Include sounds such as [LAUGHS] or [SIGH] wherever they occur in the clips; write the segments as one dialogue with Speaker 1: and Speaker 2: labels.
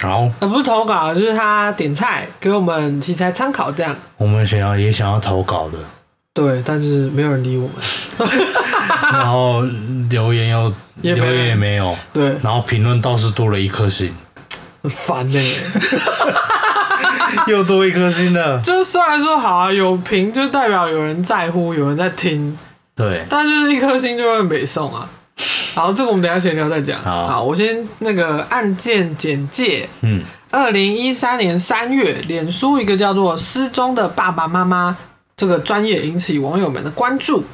Speaker 1: 好，
Speaker 2: 呃，不是投稿，就是他点菜给我们题材参考这样。
Speaker 1: 我们想要也想要投稿 [LAUGHS] 的，
Speaker 2: 对，但是没有人理我们。
Speaker 1: 然后留言又
Speaker 2: 也没
Speaker 1: 留言也没有，
Speaker 2: 对，
Speaker 1: 然后评论倒是多了一颗星，
Speaker 2: 很烦欸呢、
Speaker 1: 又多一颗星了。
Speaker 2: [LAUGHS] 就是虽然说好啊，有评就代表有人在乎，有人在听，
Speaker 1: 对，
Speaker 2: 但就是一颗星就会北送 [LAUGHS] 啊。好，这个我们等一下闲聊再讲。
Speaker 1: 好
Speaker 2: 我先那个案件简介。
Speaker 1: 嗯，
Speaker 2: 二零一三年三月，脸书一个叫做“失踪的爸爸妈妈”这个专业引起网友们的关注。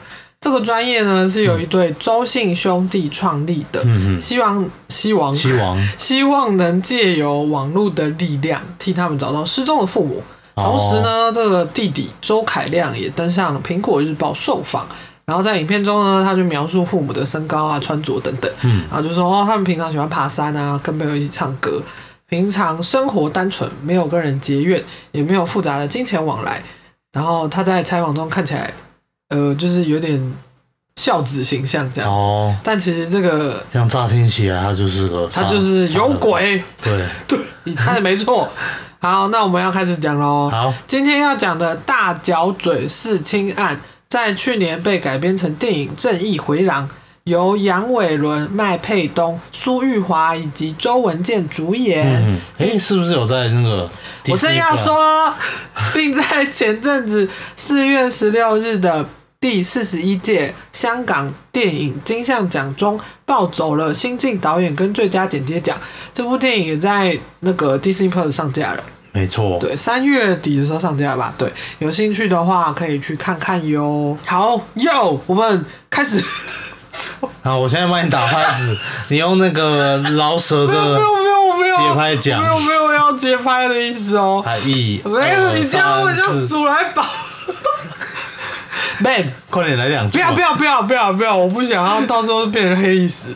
Speaker 2: 这个专业呢是由一对周姓兄弟创立的，
Speaker 1: 嗯嗯
Speaker 2: 希望希望
Speaker 1: 希望
Speaker 2: 希望能借由网络的力量，替他们找到失踪的父母。
Speaker 1: 哦
Speaker 2: 同时呢，这个弟弟周凯亮也登上《苹果日报》受访。然后在影片中呢，他就描述父母的身高啊、穿着等等，
Speaker 1: 嗯
Speaker 2: 然后就说哦，他们平常喜欢爬山啊，跟朋友一起唱歌，平常生活单纯，没有跟人结怨，也没有复杂的金钱往来。然后他在采访中看起来，呃，就是有点孝子形象这样，
Speaker 1: 哦，
Speaker 2: 但其实这个
Speaker 1: 这样乍听起来他就是个
Speaker 2: 他
Speaker 1: 杀
Speaker 2: 就是有，鬼，
Speaker 1: 杀
Speaker 2: [LAUGHS]
Speaker 1: 人
Speaker 2: 对，你猜的没错。好，那我们要开始讲喽。
Speaker 1: 对，好，
Speaker 2: 今天要讲的大角嘴弑亲案，在去年被改编成电影《正义回廊》，由杨伟伦、麦佩东、苏玉华以及周文健主演。
Speaker 1: 嗯，诶，是不是有在那个？
Speaker 2: 我是要，说，并在前阵子四月十六日的第四十一届香港电影金像奖中抱走了新晋导演跟最佳剪接奖。这部电影也在那个 Disney Plus 上架了，
Speaker 1: 没错，
Speaker 2: 对，三月底的时候上架吧。对，有兴趣的话可以去看看哟。好哟，我们开始。 [LAUGHS]
Speaker 1: 好，我现在帮你打拍子，你用那个饶舌
Speaker 2: 没有没
Speaker 1: 的，
Speaker 2: 有没有我没有
Speaker 1: 呃节拍讲
Speaker 2: 没有没有要节拍的意思哦。
Speaker 1: 啊，一，
Speaker 2: 没有，
Speaker 1: 二
Speaker 2: 你这样我就
Speaker 1: 三四
Speaker 2: 数来宝。man，
Speaker 1: 快点来两句
Speaker 2: 不
Speaker 1: 吧，
Speaker 2: 要不要不要不要不要，我不想要到时候变成黑历史。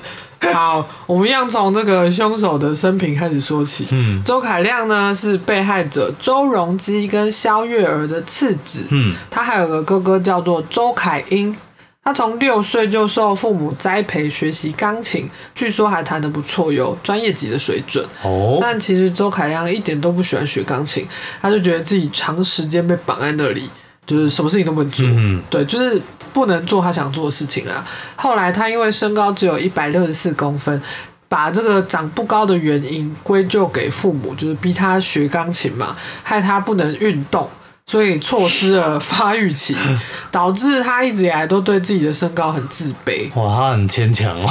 Speaker 2: 好，我们要从这个凶手的生平开始说起。
Speaker 1: 嗯
Speaker 2: 周凯亮呢是被害者周荣基跟肖月儿的次子，
Speaker 1: 嗯
Speaker 2: 他还有个哥哥叫做周凯英。他从六岁就受父母栽培学习钢琴，据说还弹得不错，有专业级的水准。
Speaker 1: 哦，
Speaker 2: 但其实周凯亮一点都不喜欢学钢琴，他就觉得自己长时间被绑在那里，就是什么事情都不能做，
Speaker 1: 嗯
Speaker 2: 对，就是不能做他想做的事情啦。后来他因为身高只有一百六十四公分。把这个长不高的原因归咎给父母，就是逼他学钢琴嘛，害他不能运动，所以错失了发育期，导致他一直以来都对自己的身高很自卑。
Speaker 1: 哇，他很牵强哦，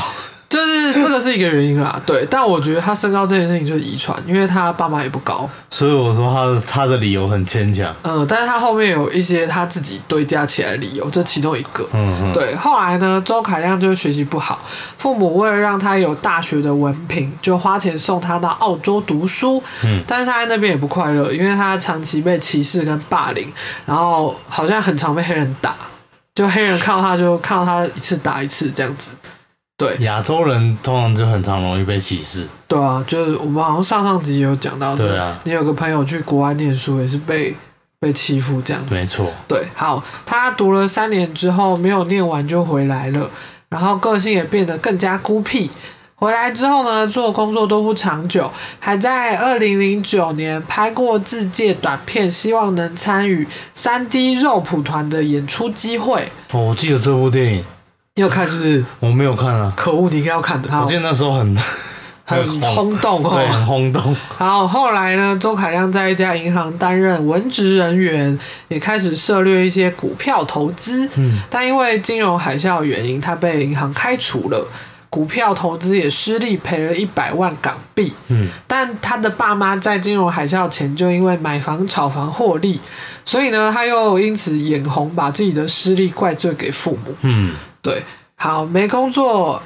Speaker 2: 就是这个是一个原
Speaker 1: [LAUGHS]
Speaker 2: 因啦，对。但我觉得他身高这件事情就是遗传，因为他爸妈也不高，
Speaker 1: 所以我说他的他的理由很牵强，
Speaker 2: 嗯，但是他后面有一些他自己堆加起来的理由，这其中一个。
Speaker 1: 嗯嗯，
Speaker 2: 对，后来呢，周凯亮就是学习不好，父母为了让他有大学的文凭，就花钱送他到澳洲读书。
Speaker 1: 嗯，
Speaker 2: 但是他在那边也不快乐，因为他长期被歧视跟霸凌，然后好像很常被黑人打，就黑人看到他就看到他一次打一次这样子。对，
Speaker 1: 亚洲人通常就很常容易被歧视，
Speaker 2: 对啊，就是我们好像上上集有讲到，
Speaker 1: 对啊，
Speaker 2: 你有个朋友去国外念书也是被被欺负这样子，
Speaker 1: 没错，
Speaker 2: 对，好，他读了三年之后没有念完就回来了，然后个性也变得更加孤僻。回来之后呢，做工作都不长久，还在二零零九年拍过自介短片，希望能参与三 D 肉蒲团的演出机会。
Speaker 1: 哦，我记得这部电影
Speaker 2: 你有看是不是？
Speaker 1: 我没有看啊，
Speaker 2: 可恶，你应该要看的。好
Speaker 1: 我记得那时候很
Speaker 2: [LAUGHS] 很轰动哦。
Speaker 1: 对，很轰动。
Speaker 2: 好，后来呢，周凯亮在一家银行担任文职人员，也开始涉猎一些股票投资。
Speaker 1: 嗯，
Speaker 2: 但因为金融海啸的原因，他被银行开除了，股票投资也失利，赔了一百万港币。
Speaker 1: 嗯，
Speaker 2: 但他的爸妈在金融海啸前就因为买房炒房获利，所以呢，他又因此眼红，把自己的失利怪罪给父母。
Speaker 1: 嗯，
Speaker 2: 对，好，没工作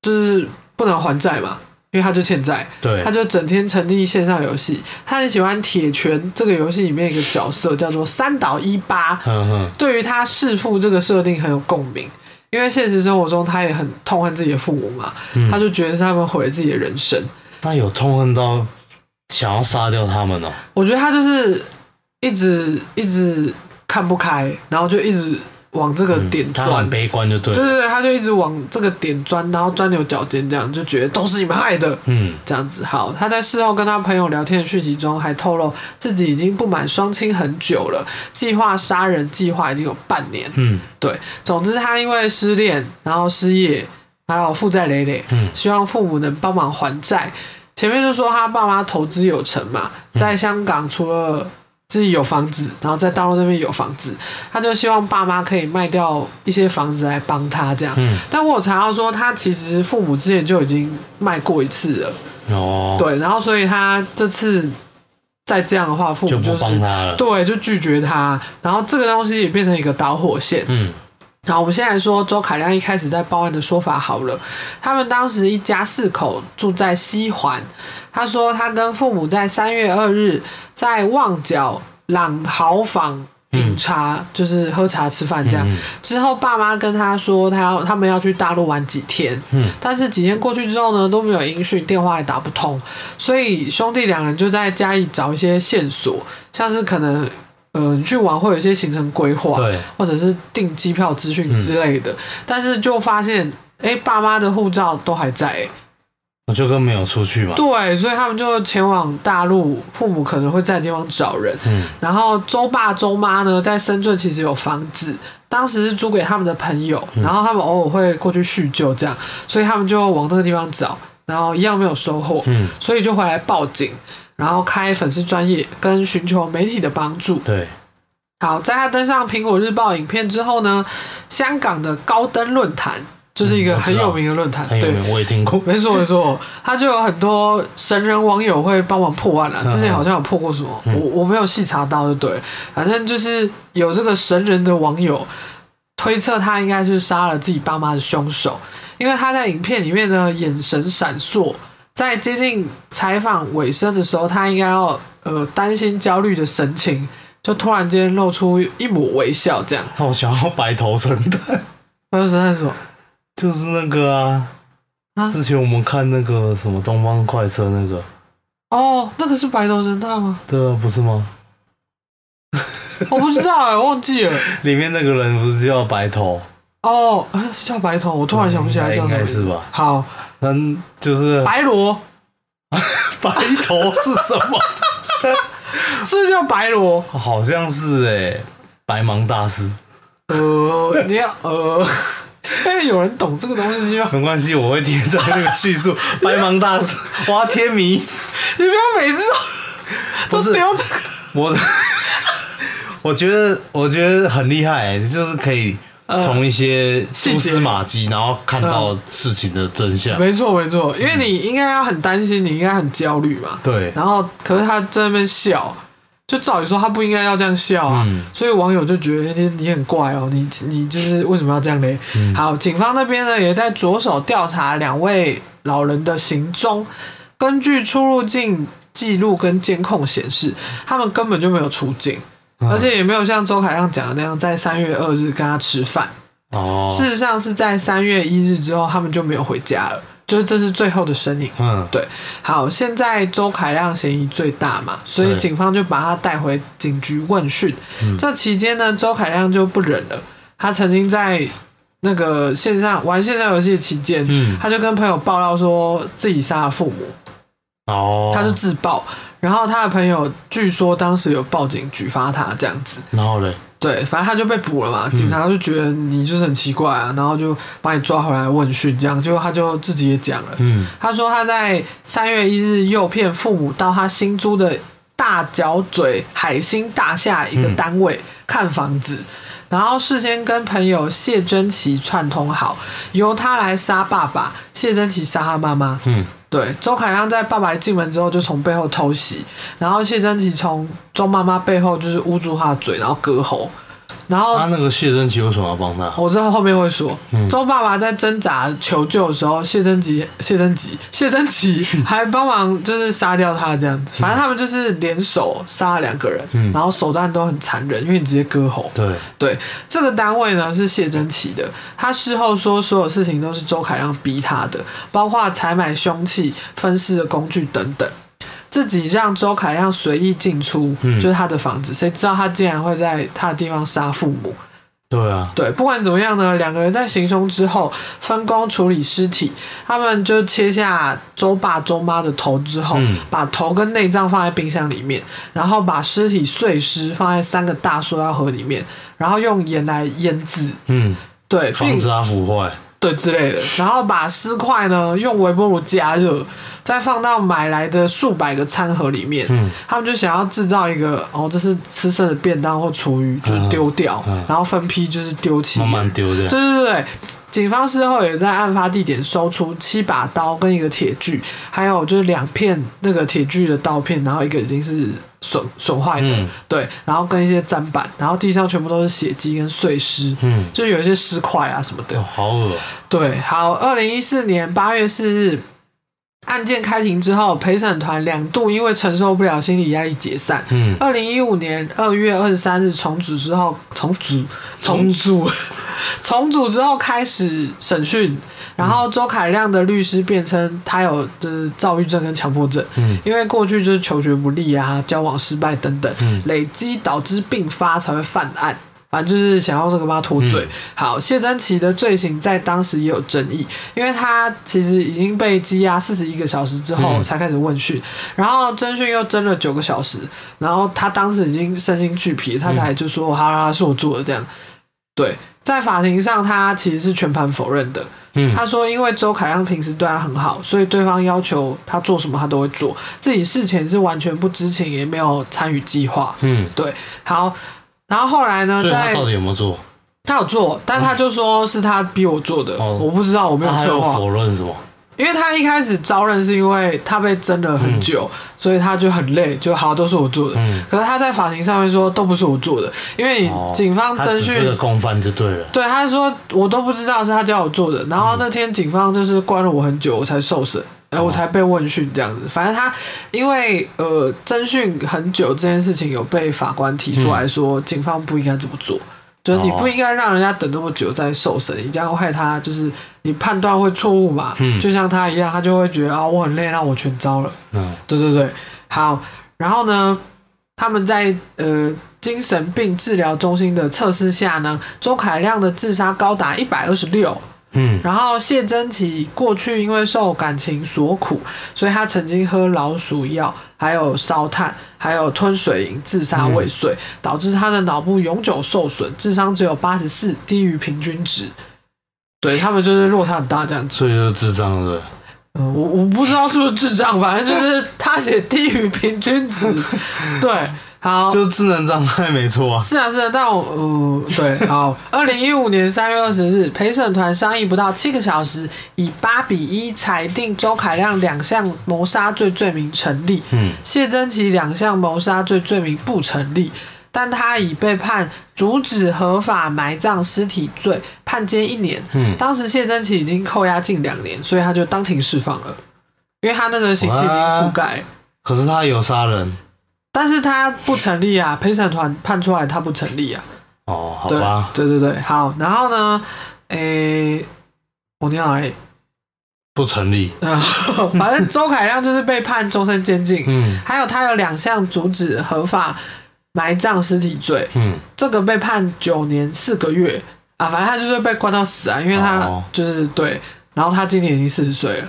Speaker 2: 就是不能还债嘛，因为他就欠债。
Speaker 1: 对
Speaker 2: 他，就整天沉溺线上游戏。他很喜欢铁拳这个游戏里面一个角色，叫做三岛一八。
Speaker 1: 嗯哼，
Speaker 2: 对于他弑父这个设定很有共鸣，因为现实生活中他也很痛恨自己的父母嘛，
Speaker 1: 嗯
Speaker 2: 他就觉得是他们毁了自己的人生。
Speaker 1: 那有痛恨到想要杀掉他们哦。
Speaker 2: 我觉得他就是一直一直看不开，然后就一直往这个
Speaker 1: 嗯
Speaker 2: 点
Speaker 1: 他
Speaker 2: 钻。
Speaker 1: 很悲观，就对
Speaker 2: 对
Speaker 1: 了。
Speaker 2: 对对，他就一直往这个点钻，然后钻牛角尖，这样就觉得都是你们害的。
Speaker 1: 嗯
Speaker 2: 这样子好，他在事后跟他朋友聊天的讯息中，还透露自己已经不满双亲很久了，计划杀人计划已经有半年。
Speaker 1: 嗯
Speaker 2: 对，总之他因为失恋，然后失业，还有负债累累，
Speaker 1: 嗯
Speaker 2: 希望父母能帮忙还债。前面就说他爸妈投资有成嘛，
Speaker 1: 嗯
Speaker 2: 在香港除了自己有房子，然后在大陆那边有房子，他就希望爸妈可以卖掉一些房子来帮他这样。
Speaker 1: 嗯，
Speaker 2: 但我有查到说，他其实父母之前就已经卖过一次了。
Speaker 1: 哦，，
Speaker 2: 对，然后所以他这次再这样的话，父
Speaker 1: 就
Speaker 2: 母
Speaker 1: 不
Speaker 2: 就是
Speaker 1: 帮他了。
Speaker 2: 对就拒绝他，然后这个东西也变成一个导火线。
Speaker 1: 嗯
Speaker 2: 然后我们现在说周凯亮一开始在报案的说法好了，他们当时一家四口住在西环，他说他跟父母在三月二日在旺角朗豪坊饮茶，就是喝茶吃饭这样。
Speaker 1: 嗯嗯
Speaker 2: 之后爸妈跟他说他要他们要去大陆玩几天，
Speaker 1: 嗯
Speaker 2: 但是几天过去之后呢，都没有音讯，电话也打不通，所以兄弟两人就在家里找一些线索，像是可能，呃，你去玩会有一些行程规划，
Speaker 1: 对，
Speaker 2: 或者是订机票资讯之类的，但是就发现，哎、爸妈的护照都还在、诶
Speaker 1: 我就跟没有出去嘛。
Speaker 2: 对，所以他们就前往大陆，父母可能会在的地方找人，
Speaker 1: 嗯
Speaker 2: 然后周爸周妈呢，在深圳其实有房子，当时是租给他们的朋友，然后他们偶尔会过去叙旧这样，所以他们就往那个地方找，然后一样没有收获，
Speaker 1: 嗯，
Speaker 2: 所以就回来报警，然后开粉丝专业跟寻求媒体的帮助。
Speaker 1: 对，
Speaker 2: 好，在他登上《苹果日报》影片之后呢，香港的高登论坛就是一
Speaker 1: 嗯
Speaker 2: 个
Speaker 1: 我知
Speaker 2: 很有
Speaker 1: 道
Speaker 2: 名的论坛，
Speaker 1: 很有
Speaker 2: 对，
Speaker 1: 名，我也听过。
Speaker 2: 没错没错，他就有很多神人网友会帮忙破案了、
Speaker 1: 嗯
Speaker 2: 之前好像有破过什么，
Speaker 1: 嗯
Speaker 2: 我我没有细查到，就对了。反正就是有这个神人的网友推测他应该是杀了自己爸妈的凶手，因为他在影片里面呢眼神闪烁，在接近采访尾声的时候，他应该要呃担心焦虑的神情，就突然间露出一抹微笑，这样。
Speaker 1: 那我想要白头神蛋，
Speaker 2: 他说：“他说
Speaker 1: 就是那个啊，
Speaker 2: 啊
Speaker 1: 之前我们看那个什么《东方快车》那个，
Speaker 2: 哦，那个是白头神探吗？
Speaker 1: 对啊，不是吗？
Speaker 2: 我不知道哎、忘记了。”
Speaker 1: 里面那个人不是叫白头，
Speaker 2: 哦，哎是叫白头，我突然想不起来
Speaker 1: 应
Speaker 2: 叫什么
Speaker 1: 该
Speaker 2: 名
Speaker 1: 是
Speaker 2: 字。
Speaker 1: 吧？
Speaker 2: 好，
Speaker 1: 那就是
Speaker 2: [LAUGHS] 白罗
Speaker 1: 白头是什么？ [LAUGHS]
Speaker 2: 是不是叫白罗？
Speaker 1: 好像是哎、白盲大师。
Speaker 2: 呃， [LAUGHS] 你要呃，现在有人懂这个东
Speaker 1: [LAUGHS]
Speaker 2: 西吗？
Speaker 1: 没关系，我会贴在那个叙
Speaker 2: [LAUGHS]
Speaker 1: 述。白盲大师，我要贴谜，
Speaker 2: 你不要每次
Speaker 1: 不
Speaker 2: 都都 [LAUGHS]
Speaker 1: 是
Speaker 2: 丢这个。
Speaker 1: 我， [LAUGHS] 我觉得我觉得很厉害、就是可以从一些
Speaker 2: 呃细节嗯
Speaker 1: 蛛丝马迹，然后看到事情的真相。
Speaker 2: 没错没错，因为你应该要很担心，你应该很焦虑嘛。
Speaker 1: 对，
Speaker 2: 然后，可是他在那边笑，就照理说他不应该要这样笑啊。
Speaker 1: 嗯
Speaker 2: 所以网友就觉得哎你你很怪哦，你你就是为什么要这样嘞？
Speaker 1: 嗯
Speaker 2: 好，警方那边呢也在着手调查两位老人的行踪。根据出入境记录跟监控显示，他们根本就没有出境，
Speaker 1: 嗯
Speaker 2: 而且也没有像周凯亮讲的那样在三月二日跟他吃饭。
Speaker 1: 哦，
Speaker 2: 事实上是在三月一日之后，他们就没有回家了，就是这是最后的身影。
Speaker 1: 嗯，
Speaker 2: 对，好，现在周凯亮嫌疑最大嘛，所以
Speaker 1: 对嗯
Speaker 2: 警方就把他带回警局问讯。这期间呢，周凯亮就不忍了，他曾经在那个线上玩线上游戏期间，
Speaker 1: 嗯
Speaker 2: 他就跟朋友爆料说自己杀了父母，
Speaker 1: 哦，
Speaker 2: 他就自爆。然后他的朋友据说当时有报警举发他这样子，
Speaker 1: 然后嘞，
Speaker 2: 对，反正他就被捕了嘛，警察就觉得你就是很奇怪啊，然后就把你抓回来问讯，这样，结果他就自己也讲了，
Speaker 1: 嗯
Speaker 2: 他说他在三月一日诱骗父母到他新租的大角嘴海星大厦一个单位、看房子，然后事先跟朋友谢珍琪串通好，由他来杀爸爸，谢珍琪杀他妈妈。
Speaker 1: 嗯
Speaker 2: 对，周凯亮在爸爸进门之后就从背后偷袭，然后谢珍琪从周妈妈背后就是捂住他的嘴，然后割喉，然后
Speaker 1: 他啊那个谢珍琪有什么要帮他？
Speaker 2: 我知道后面会说，
Speaker 1: 嗯
Speaker 2: 周爸爸在挣扎求救的时候，谢珍吉、谢珍吉、谢
Speaker 1: [LAUGHS]
Speaker 2: 珍吉还帮忙就是杀掉他这样子。反正他们就是联手杀了两个人，
Speaker 1: 嗯
Speaker 2: 然后手段都很残忍，因为你直接割喉。
Speaker 1: 对，
Speaker 2: 对，这个单位呢是谢珍奇的，他事后说所有事情都是周凯亮逼他的，包括采买凶器、分尸的工具等等，自己让周凯亮随意进出，
Speaker 1: 嗯
Speaker 2: 就是他的房子。谁知道他竟然会在他的地方杀父母？
Speaker 1: 对啊，
Speaker 2: 对，不管怎么样呢，两个人在行凶之后分工处理尸体，他们就切下周爸周妈的头之后，
Speaker 1: 嗯
Speaker 2: 把头跟内脏放在冰箱里面，然后把尸体碎尸放在三个大塑料盒里面，然后用盐来腌制，
Speaker 1: 嗯，
Speaker 2: 对，
Speaker 1: 防
Speaker 2: 并
Speaker 1: 止他腐坏。
Speaker 2: 对之类的，然后把尸块呢用微波炉加热，再放到买来的数百个餐盒里面，
Speaker 1: 嗯
Speaker 2: 他们就想要制造一个哦，这是吃剩的便当或厨余，就是丢掉，
Speaker 1: 嗯嗯
Speaker 2: 然后分批就是丢弃，
Speaker 1: 慢慢丢这样。
Speaker 2: 对对对对，警方事后也在案发地点搜出七把刀跟一个铁锯，还有就是两片那个铁锯的刀片，然后一个已经是损损坏的，
Speaker 1: 嗯
Speaker 2: 对，然后跟一些砧板，然后地上全部都是血迹跟碎尸，
Speaker 1: 嗯，
Speaker 2: 就有一些尸块啊什么的。
Speaker 1: 哦好恶哦，
Speaker 2: 对，好，二零一四年八月四日，案件开庭之后，陪审团两度因为承受不了心理压力解散。
Speaker 1: 嗯
Speaker 2: 二零一五年二月二十三日重组之后，重组重组 [LAUGHS] 重组之后开始审讯，然后周凯亮的律师辩称他有就是躁郁症跟强迫症，
Speaker 1: 嗯
Speaker 2: 因为过去就是求学不利啊、交往失败等等，
Speaker 1: 嗯
Speaker 2: 累积导致病发才会犯案。反正就是想要这个帮他脱罪。
Speaker 1: 嗯
Speaker 2: 好，谢珍琪的罪行在当时也有争议，因为他其实已经被羁押四十一个小时之后
Speaker 1: 嗯
Speaker 2: 才开始问讯，然后侦讯又争了九个小时，然后他当时已经身心俱疲，
Speaker 1: 嗯
Speaker 2: 他才就说：“哈啦，是我做的。”这样，对，在法庭上他其实是全盘否认的。
Speaker 1: 嗯
Speaker 2: 他说，因为周凯亮平时对他很好，所以对方要求他做什么他都会做，自己事前是完全不知情，也没有参与计划。
Speaker 1: 嗯，
Speaker 2: 对，好，然后后来呢，
Speaker 1: 所以他
Speaker 2: 在
Speaker 1: 到底有没有做？
Speaker 2: 他有做，但他就说是他逼我做的，
Speaker 1: 哦
Speaker 2: 我不知道，我没
Speaker 1: 那
Speaker 2: 有
Speaker 1: 他
Speaker 2: 策
Speaker 1: 有
Speaker 2: 划，
Speaker 1: 否认什么？
Speaker 2: 因为他一开始招认是因为他被争了很久，所以他就很累，就好都是我做的。
Speaker 1: 嗯
Speaker 2: 可是他在法庭上面说都不是我做的，因为你
Speaker 1: 哦
Speaker 2: 警方
Speaker 1: 他
Speaker 2: 侦
Speaker 1: 只
Speaker 2: 讯、
Speaker 1: 是个共犯就对了。
Speaker 2: 对，他说我都不知道是他叫我做的。然
Speaker 1: 嗯
Speaker 2: 后那天警方就是关了我很久，我才受审，然后
Speaker 1: 哦
Speaker 2: 我才被问讯这样子。反正他因为呃侦讯很久这件事情有被法官提出来说，警方不应该这么做，就是你
Speaker 1: 嗯哦
Speaker 2: 不应该让人家等那么久再受审，你这样会害他就是你判断会错误嘛。
Speaker 1: 嗯
Speaker 2: 就像他一样，他就会觉得啊我很累，让我全招了。
Speaker 1: 嗯
Speaker 2: 对对对，好。然后呢，他们在呃精神病治疗中心的测试下呢，周凯亮的自杀高达一百二十六。
Speaker 1: 嗯
Speaker 2: 然后谢珍琪过去因为受感情所苦，所以他曾经喝老鼠药，还有烧炭，还有吞水银自杀未遂，导致他的脑部永久受损，智商只有八十四，低于平均值。对他们就是落差很大这样子。
Speaker 1: 所以就是智障对不对。
Speaker 2: 嗯，我我不知道是不是智障，反正就是他写低于平均值。对，好，
Speaker 1: 就是智能障碍没错啊。
Speaker 2: 是啊是啊，但我嗯、对，好，二零一五年三月二十日，陪审团商议不到七个小时，以八比一裁定周凯亮两项谋杀罪罪名成立，
Speaker 1: 嗯
Speaker 2: 谢珍琪两项谋杀罪罪名不成立。但他已被判阻止合法埋葬尸体罪，判监一年。
Speaker 1: 嗯，
Speaker 2: 当时谢珍琪已经扣押近两年，所以他就当庭释放了，因为他那个刑期已经覆盖。
Speaker 1: 可是他有杀人
Speaker 2: 但是他不成立啊，陪审团判出来他不成立啊。
Speaker 1: 哦，好
Speaker 2: 对
Speaker 1: 吧，
Speaker 2: 对对对，好。然后呢，诶、我念哪里？
Speaker 1: 不成立。
Speaker 2: 嗯， [LAUGHS] 反正周凯亮就是被判终身监禁，
Speaker 1: 嗯
Speaker 2: 还有他有两项阻止合法埋葬尸体罪，
Speaker 1: 嗯，
Speaker 2: 这个被判九年四个月啊，反正他就是被关到死啊，因为他
Speaker 1: 哦
Speaker 2: 就是、对，然后他今年已经四十岁了，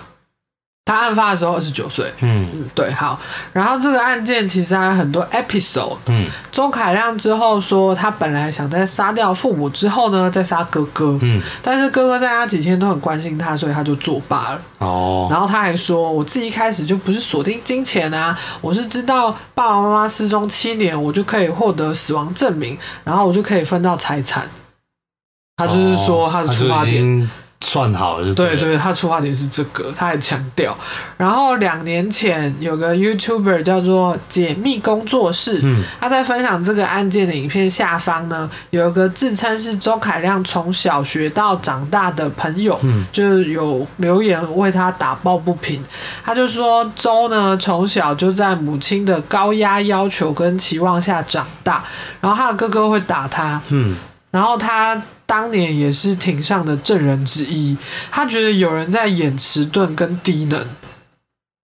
Speaker 2: 他案发的时候二十九岁。
Speaker 1: 嗯
Speaker 2: 嗯，对，好。然后这个案件其实还有很多 episode。
Speaker 1: 嗯
Speaker 2: 钟凯亮之后说，他本来想在杀掉父母之后呢，再杀哥哥。
Speaker 1: 嗯，
Speaker 2: 但是哥哥在他几天都很关心他，所以他就作罢了。
Speaker 1: 哦，
Speaker 2: 然后他还说，我自己一开始就不是锁定金钱啊，我是知道爸爸妈妈失踪七年，我就可以获得死亡证明，然后我就可以分到财产。他就是说他的出发
Speaker 1: 哦就已
Speaker 2: 点，
Speaker 1: 经算好了就
Speaker 2: 对
Speaker 1: 了
Speaker 2: 对，他出发点是这个，他还强调。然后两年前有个 YouTuber 叫做解密工作室，
Speaker 1: 嗯
Speaker 2: 他在分享这个案件的影片下方呢，有一个自称是周凯亮从小学到长大的朋友，
Speaker 1: 嗯
Speaker 2: 就是有留言为他打抱不平。他就说周呢从小就在母亲的高压要求跟期望下长大，然后他的哥哥会打他，
Speaker 1: 嗯
Speaker 2: 然后他当年也是庭上的证人之一，他觉得有人在演迟钝跟低能，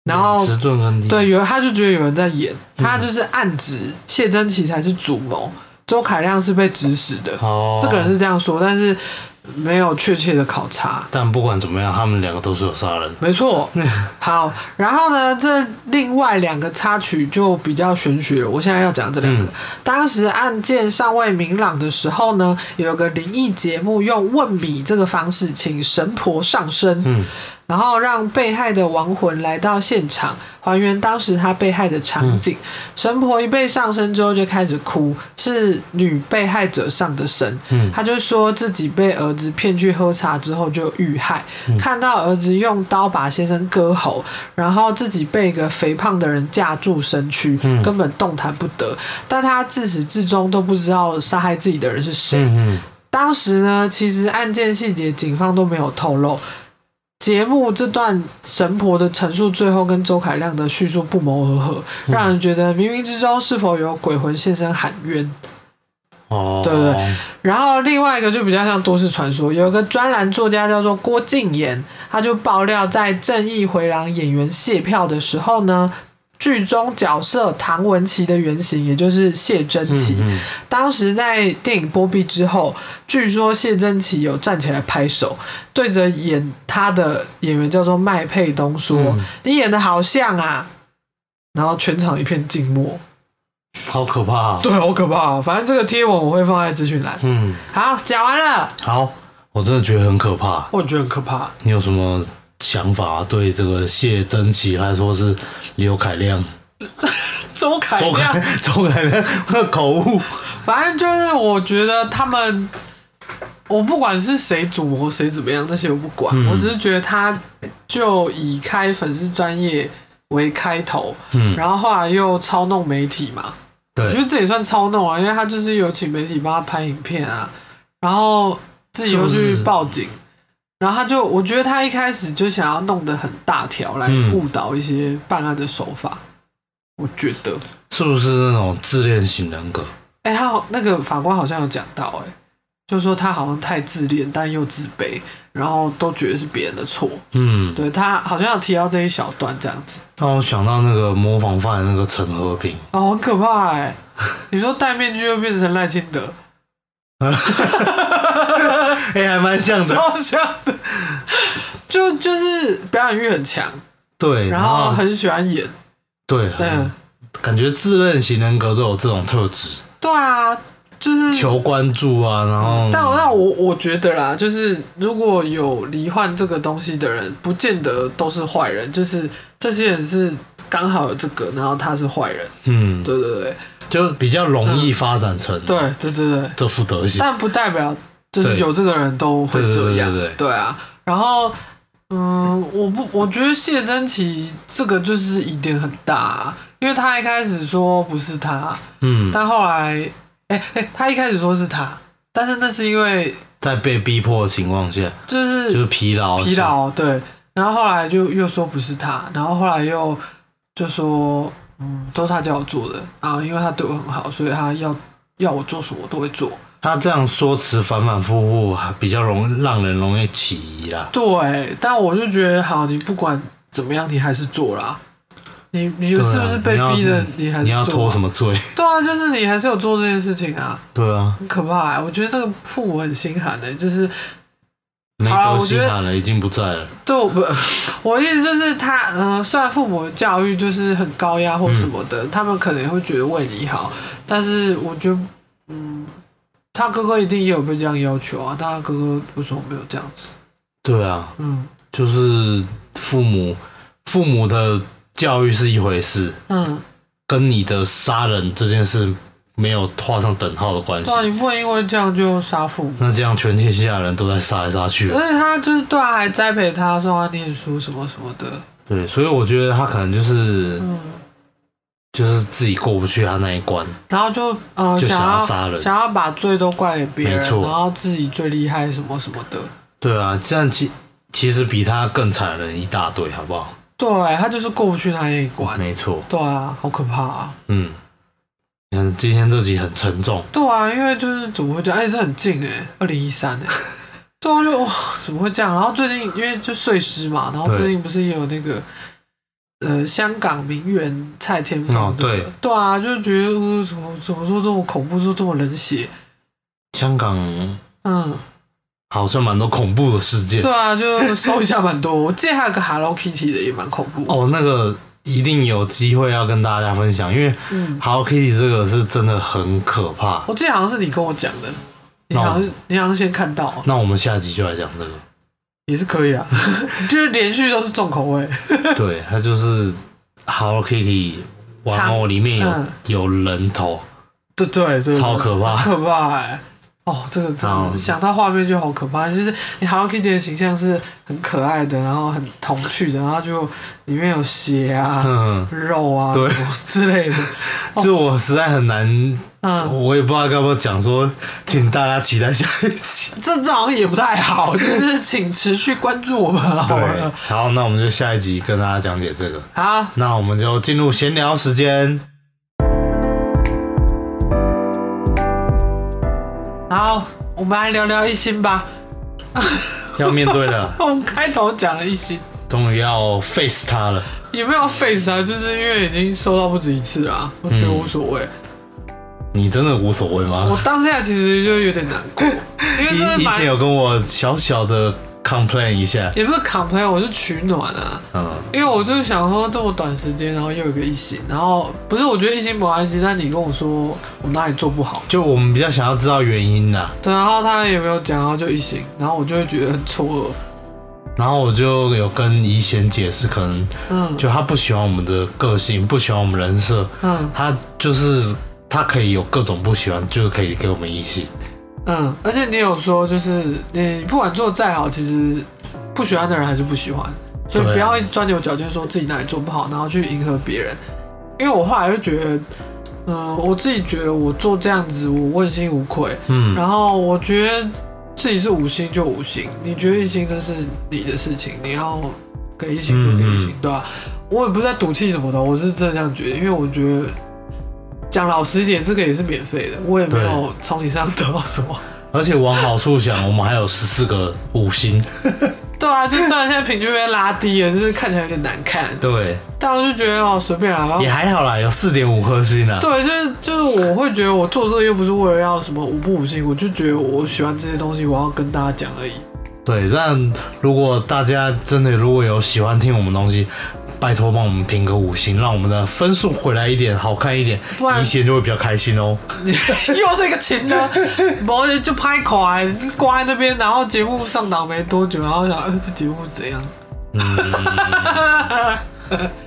Speaker 2: 然后
Speaker 1: 迟钝嗯跟低
Speaker 2: 对，有他就觉得有人在演，他就是暗指谢珍琪才是主谋，周凯亮是被指使的。
Speaker 1: 哦，
Speaker 2: 这个人是这样说，但是没有确切的考察。
Speaker 1: 但不管怎么样，他们两个都是有杀人。
Speaker 2: 没错，好，然后呢，这另外两个插曲就比较玄学了。我现在要讲这两个。
Speaker 1: 嗯
Speaker 2: 当时案件尚未明朗的时候呢，有个灵异节目用问米这个方式，请神婆上身，
Speaker 1: 嗯
Speaker 2: 然后让被害的亡魂来到现场，还原当时他被害的场景。
Speaker 1: 嗯
Speaker 2: 神婆一被上身之后就开始哭，是女被害者上的身。
Speaker 1: 嗯
Speaker 2: 她就说自己被儿子骗去喝茶之后就遇害，
Speaker 1: 嗯
Speaker 2: 看到儿子用刀把先生割喉，然后自己被一个肥胖的人架住身躯，
Speaker 1: 嗯
Speaker 2: 根本动弹不得。但她自始至终都不知道杀害自己的人是谁。
Speaker 1: 嗯
Speaker 2: 当时呢，其实案件细节警方都没有透露。节目这段神婆的陈述，最后跟周凯亮的叙述不谋而合，让人觉得冥冥之中是否有鬼魂现身喊冤。
Speaker 1: 嗯，哦，
Speaker 2: 对对然后另外一个就比较像都市传说，有一个专栏作家叫做郭敬言，他就爆料在《正义回廊》演员谢票的时候呢，剧中角色唐文琪的原型，也就是谢珍琪，
Speaker 1: 嗯
Speaker 2: 当时在电影播毕之后，据说谢珍琪有站起来拍手，对着演他的演员叫做麦佩东说：“
Speaker 1: 嗯
Speaker 2: 你演的好像啊。”然后全场一片静默，
Speaker 1: 好可怕、啊。
Speaker 2: 对，好可怕、反正这个贴文我会放在资讯栏。
Speaker 1: 嗯，
Speaker 2: 好，讲完了，
Speaker 1: 好，我真的觉得很可怕。
Speaker 2: 我觉得很可怕。
Speaker 1: 你有什么想法、啊对这个谢珍琪，还说是刘凯亮、
Speaker 2: 周凯
Speaker 1: 周
Speaker 2: 亮，
Speaker 1: 凯、 [LAUGHS] 周凯亮口误？
Speaker 2: 反正就是我觉得他们，我不管是谁主谋谁怎么样，那些我不管，
Speaker 1: 嗯
Speaker 2: 我只是觉得他就以开粉丝专业为开头，
Speaker 1: 嗯，
Speaker 2: 然后后来又操弄媒体嘛，我觉
Speaker 1: 对，
Speaker 2: 得这也算操弄啊，因为他就是有请媒体帮他拍影片啊，然后自己又
Speaker 1: 是
Speaker 2: 去
Speaker 1: 不是
Speaker 2: 报警，然后他就我觉得他一开始就想要弄得很大条来
Speaker 1: 嗯
Speaker 2: 误导一些办案的手法，我觉得，
Speaker 1: 是不是那种自恋型人格？
Speaker 2: 哎、他好那个法官好像有讲到、哎，就说他好像太自恋，但又自卑，然后都觉得是别人的错，
Speaker 1: 嗯，
Speaker 2: 对他好像有提到这一小段这样子，
Speaker 1: 让我想到那个模仿犯那个陈和平，
Speaker 2: 哦，很可怕哎、 [LAUGHS] 你说戴面具又变成赖清德。
Speaker 1: 哎、还蛮像的。
Speaker 2: 超像的， [LAUGHS] 就就是表演欲很强，
Speaker 1: 对，
Speaker 2: 然后很喜欢演，
Speaker 1: 对，
Speaker 2: 嗯
Speaker 1: 嗯，，感觉自恋型人格都有这种特质，
Speaker 2: 对啊，就是。
Speaker 1: 求关注啊，然后
Speaker 2: 嗯但那我我觉得啦，就是如果有罹患这个东西的人，不见得都是坏人，就是这些人是刚好有这个，然后他是坏人，
Speaker 1: 嗯，
Speaker 2: 对对对
Speaker 1: 就比较容易发展成
Speaker 2: 对对对对，
Speaker 1: 这副德行。
Speaker 2: 但不代表就是
Speaker 1: 对
Speaker 2: 有这个人都会这样，
Speaker 1: 对对对对对
Speaker 2: 啊。然后，嗯，我不，我觉得谢珍琪这个就是疑点很大啊、因为他一开始说不是他，
Speaker 1: 嗯，
Speaker 2: 但后来，哎、哎、他一开始说是他，但是那是因为
Speaker 1: 在被逼迫的情况下，
Speaker 2: 就
Speaker 1: 就是
Speaker 2: 是
Speaker 1: 疲劳，
Speaker 2: 嗯疲，劳，对。然后后来就又说不是他，然后后来又就说，嗯，都是他叫我做的啊，因为他对我很好，所以他要要我做什么我都会做。
Speaker 1: 他这样说辞反反复复，比较容让人容易起疑啊啦。
Speaker 2: 对，但我就觉得，好，你不管怎么样，你还是做啦。你你
Speaker 1: 对啊
Speaker 2: 是不是被逼的？
Speaker 1: 你
Speaker 2: 你还
Speaker 1: 你
Speaker 2: 是
Speaker 1: 要
Speaker 2: 做
Speaker 1: 拖什
Speaker 2: 啊？
Speaker 1: 么罪？
Speaker 2: 对啊，就是你还是有做这件事情啊，
Speaker 1: 对啊，
Speaker 2: 欸很可怕、欸。我觉得这个父母很心寒的、就是
Speaker 1: 那
Speaker 2: 好啦
Speaker 1: 颗
Speaker 2: 我觉
Speaker 1: 心
Speaker 2: 得
Speaker 1: 寒了，已经不在了。
Speaker 2: 对，我不， [LAUGHS] 我意思就是他，嗯、呃，虽然父母的教育就是很高压或什么的，
Speaker 1: 嗯
Speaker 2: 他们可能也会觉得为你好，但是我觉得，嗯，他哥哥一定也有被这样要求啊，但他哥哥为什么没有这样子？
Speaker 1: 对啊，
Speaker 2: 嗯
Speaker 1: 就是父母父母的教育是一回事，
Speaker 2: 嗯，
Speaker 1: 跟你的杀人这件事没有画上等号的关系
Speaker 2: 对。啊，你不能因为这样就杀父母，
Speaker 1: 那这样全天下的人都在杀来杀去的，
Speaker 2: 而且他就是对啊，还栽培他，送他念书什么什么的，
Speaker 1: 对，所以我觉得他可能就是
Speaker 2: 嗯，
Speaker 1: 就是自己过不去他那一关，
Speaker 2: 然后就呃
Speaker 1: 就想要
Speaker 2: 要
Speaker 1: 杀人
Speaker 2: 想要把罪都怪给别人
Speaker 1: 没，错
Speaker 2: 然后自己最厉害什么什么的，
Speaker 1: 对啊，这样其其实比他更惨的人一大堆，好不好？
Speaker 2: 对他就是过不去他那一关。
Speaker 1: 没错，
Speaker 2: 对啊，好可怕啊！
Speaker 1: 嗯，你看今天这集很沉重，
Speaker 2: 对啊，因为就是怎么会这样？而且这很近哎、二零
Speaker 1: [LAUGHS]
Speaker 2: 一三哎，对啊，我就哇怎么会这样？然后最近因为就碎尸嘛，然后
Speaker 1: 对
Speaker 2: 最近不是也有那个呃香港名媛蔡天凤、
Speaker 1: 哦
Speaker 2: 这个
Speaker 1: 对
Speaker 2: 对啊，就觉得呃怎么怎么说这么恐怖，说这么冷血，
Speaker 1: 香港
Speaker 2: 嗯，
Speaker 1: 好像蛮多恐怖的事件
Speaker 2: 对啊，就搜一下蛮多。 [LAUGHS] 我记得还有个 Hello Kitty 的也蛮恐怖，
Speaker 1: 哦，那个一定有机会要跟大家分享，因为
Speaker 2: 嗯，
Speaker 1: Hello Kitty 这个是真的很可怕。
Speaker 2: 我记得好像是你跟我讲的，你
Speaker 1: 那我
Speaker 2: 好像是你好像先看到，
Speaker 1: 那我们下集就来讲这
Speaker 2: [LAUGHS]
Speaker 1: 个，
Speaker 2: 也是可以啊， [LAUGHS] 就是连续都是重口味。
Speaker 1: 对，它就是 Hello Kitty 玩偶里面有、
Speaker 2: 嗯
Speaker 1: 有人头，
Speaker 2: 对对对，
Speaker 1: 超可怕嗯
Speaker 2: 很可怕哎、哦，这个真的
Speaker 1: 好
Speaker 2: 想到画面就好可怕，就是你 Hello Kitty 的形象是很可爱的，然后很童趣的，然后就里面有血啊、
Speaker 1: 嗯，
Speaker 2: 肉啊
Speaker 1: 对
Speaker 2: 什么之类的，
Speaker 1: 就我实在很难，
Speaker 2: 哦嗯，
Speaker 1: 我也不知道该不该讲说，请大家期待下一
Speaker 2: [LAUGHS]
Speaker 1: 集。
Speaker 2: 这这好像也不太好，就是请持续关注我们好
Speaker 1: 对
Speaker 2: 了。，
Speaker 1: 好，那我们就下一集跟大家讲解这个，
Speaker 2: 好，
Speaker 1: 那我们就进入闲聊时间。
Speaker 2: 好，我们来聊聊一心吧。
Speaker 1: 要面对了， [LAUGHS]
Speaker 2: 我们开头讲了一心，
Speaker 1: 终于要 face 他了。
Speaker 2: 也没有 face 啊，就是因为已经收到不止一次啦，我
Speaker 1: 嗯
Speaker 2: 觉得无所谓。
Speaker 1: 你真的无所谓
Speaker 2: 我
Speaker 1: 吗？
Speaker 2: 当下其实就有点难过，因为
Speaker 1: 以
Speaker 2: 真的
Speaker 1: 以
Speaker 2: 蛮
Speaker 1: 前有跟我小小的 complain 一下，
Speaker 2: 也不是 complain，我是取暖啊，
Speaker 1: 嗯，
Speaker 2: 因为我就想说这么短时间，然后又有一个一心，然后不是我觉得一心没关系，但你跟我说我哪里做不好，
Speaker 1: 就我们比较想要知道原因啦。
Speaker 2: 对，然后他也没有讲，然后啊就一心，然后我就会觉得很错愕，
Speaker 1: 然后我就有跟怡贤解释，可能
Speaker 2: 嗯
Speaker 1: 就他不喜欢我们的个性，不喜欢我们人设，
Speaker 2: 嗯
Speaker 1: 他就是他可以有各种不喜欢，就是可以给我们一些。
Speaker 2: 嗯，而且你有说就是你不管做再好，其实不喜欢的人还是不喜欢，所以
Speaker 1: 对啊
Speaker 2: 不要一直钻牛角尖，说自己哪里做不好，然后去迎合别人，因为我后来就觉得，嗯、我自己觉得我做这样子，我问心无愧。
Speaker 1: 嗯，
Speaker 2: 然后我觉得自己是五星就五星，你觉得一星这是你的事情，你要给一星就给一星，
Speaker 1: 嗯
Speaker 2: 对吧、我也不是在赌气什么的，我是真的这样觉得，因为我觉得讲老实一点，这个也是免费的，我也没有从你身上得到什么。
Speaker 1: 而且往好处想，我们还有十四个五星，
Speaker 2: 对啊，就算现在平均被拉低了，就是看起来有点难看，
Speaker 1: 对，
Speaker 2: 但我就觉得哦随便啦、然后
Speaker 1: 也还好啦，有四点五颗星啊啦。
Speaker 2: 对，就是就是我会觉得我做这个又不是为了要什么五不五星，我就觉得我喜欢这些东西，我要跟大家讲而已。
Speaker 1: 对，那如果大家真的如果有喜欢听我们东西，拜托帮我们评个五星，让我们的分数回来一点，好看一点
Speaker 2: 不，然
Speaker 1: 一贤就会比较开心哦。
Speaker 2: [LAUGHS] 又是一个情歌，某人就拍垮，挂在那边，然后节目上档没多久，然后想，呃，这节目怎样？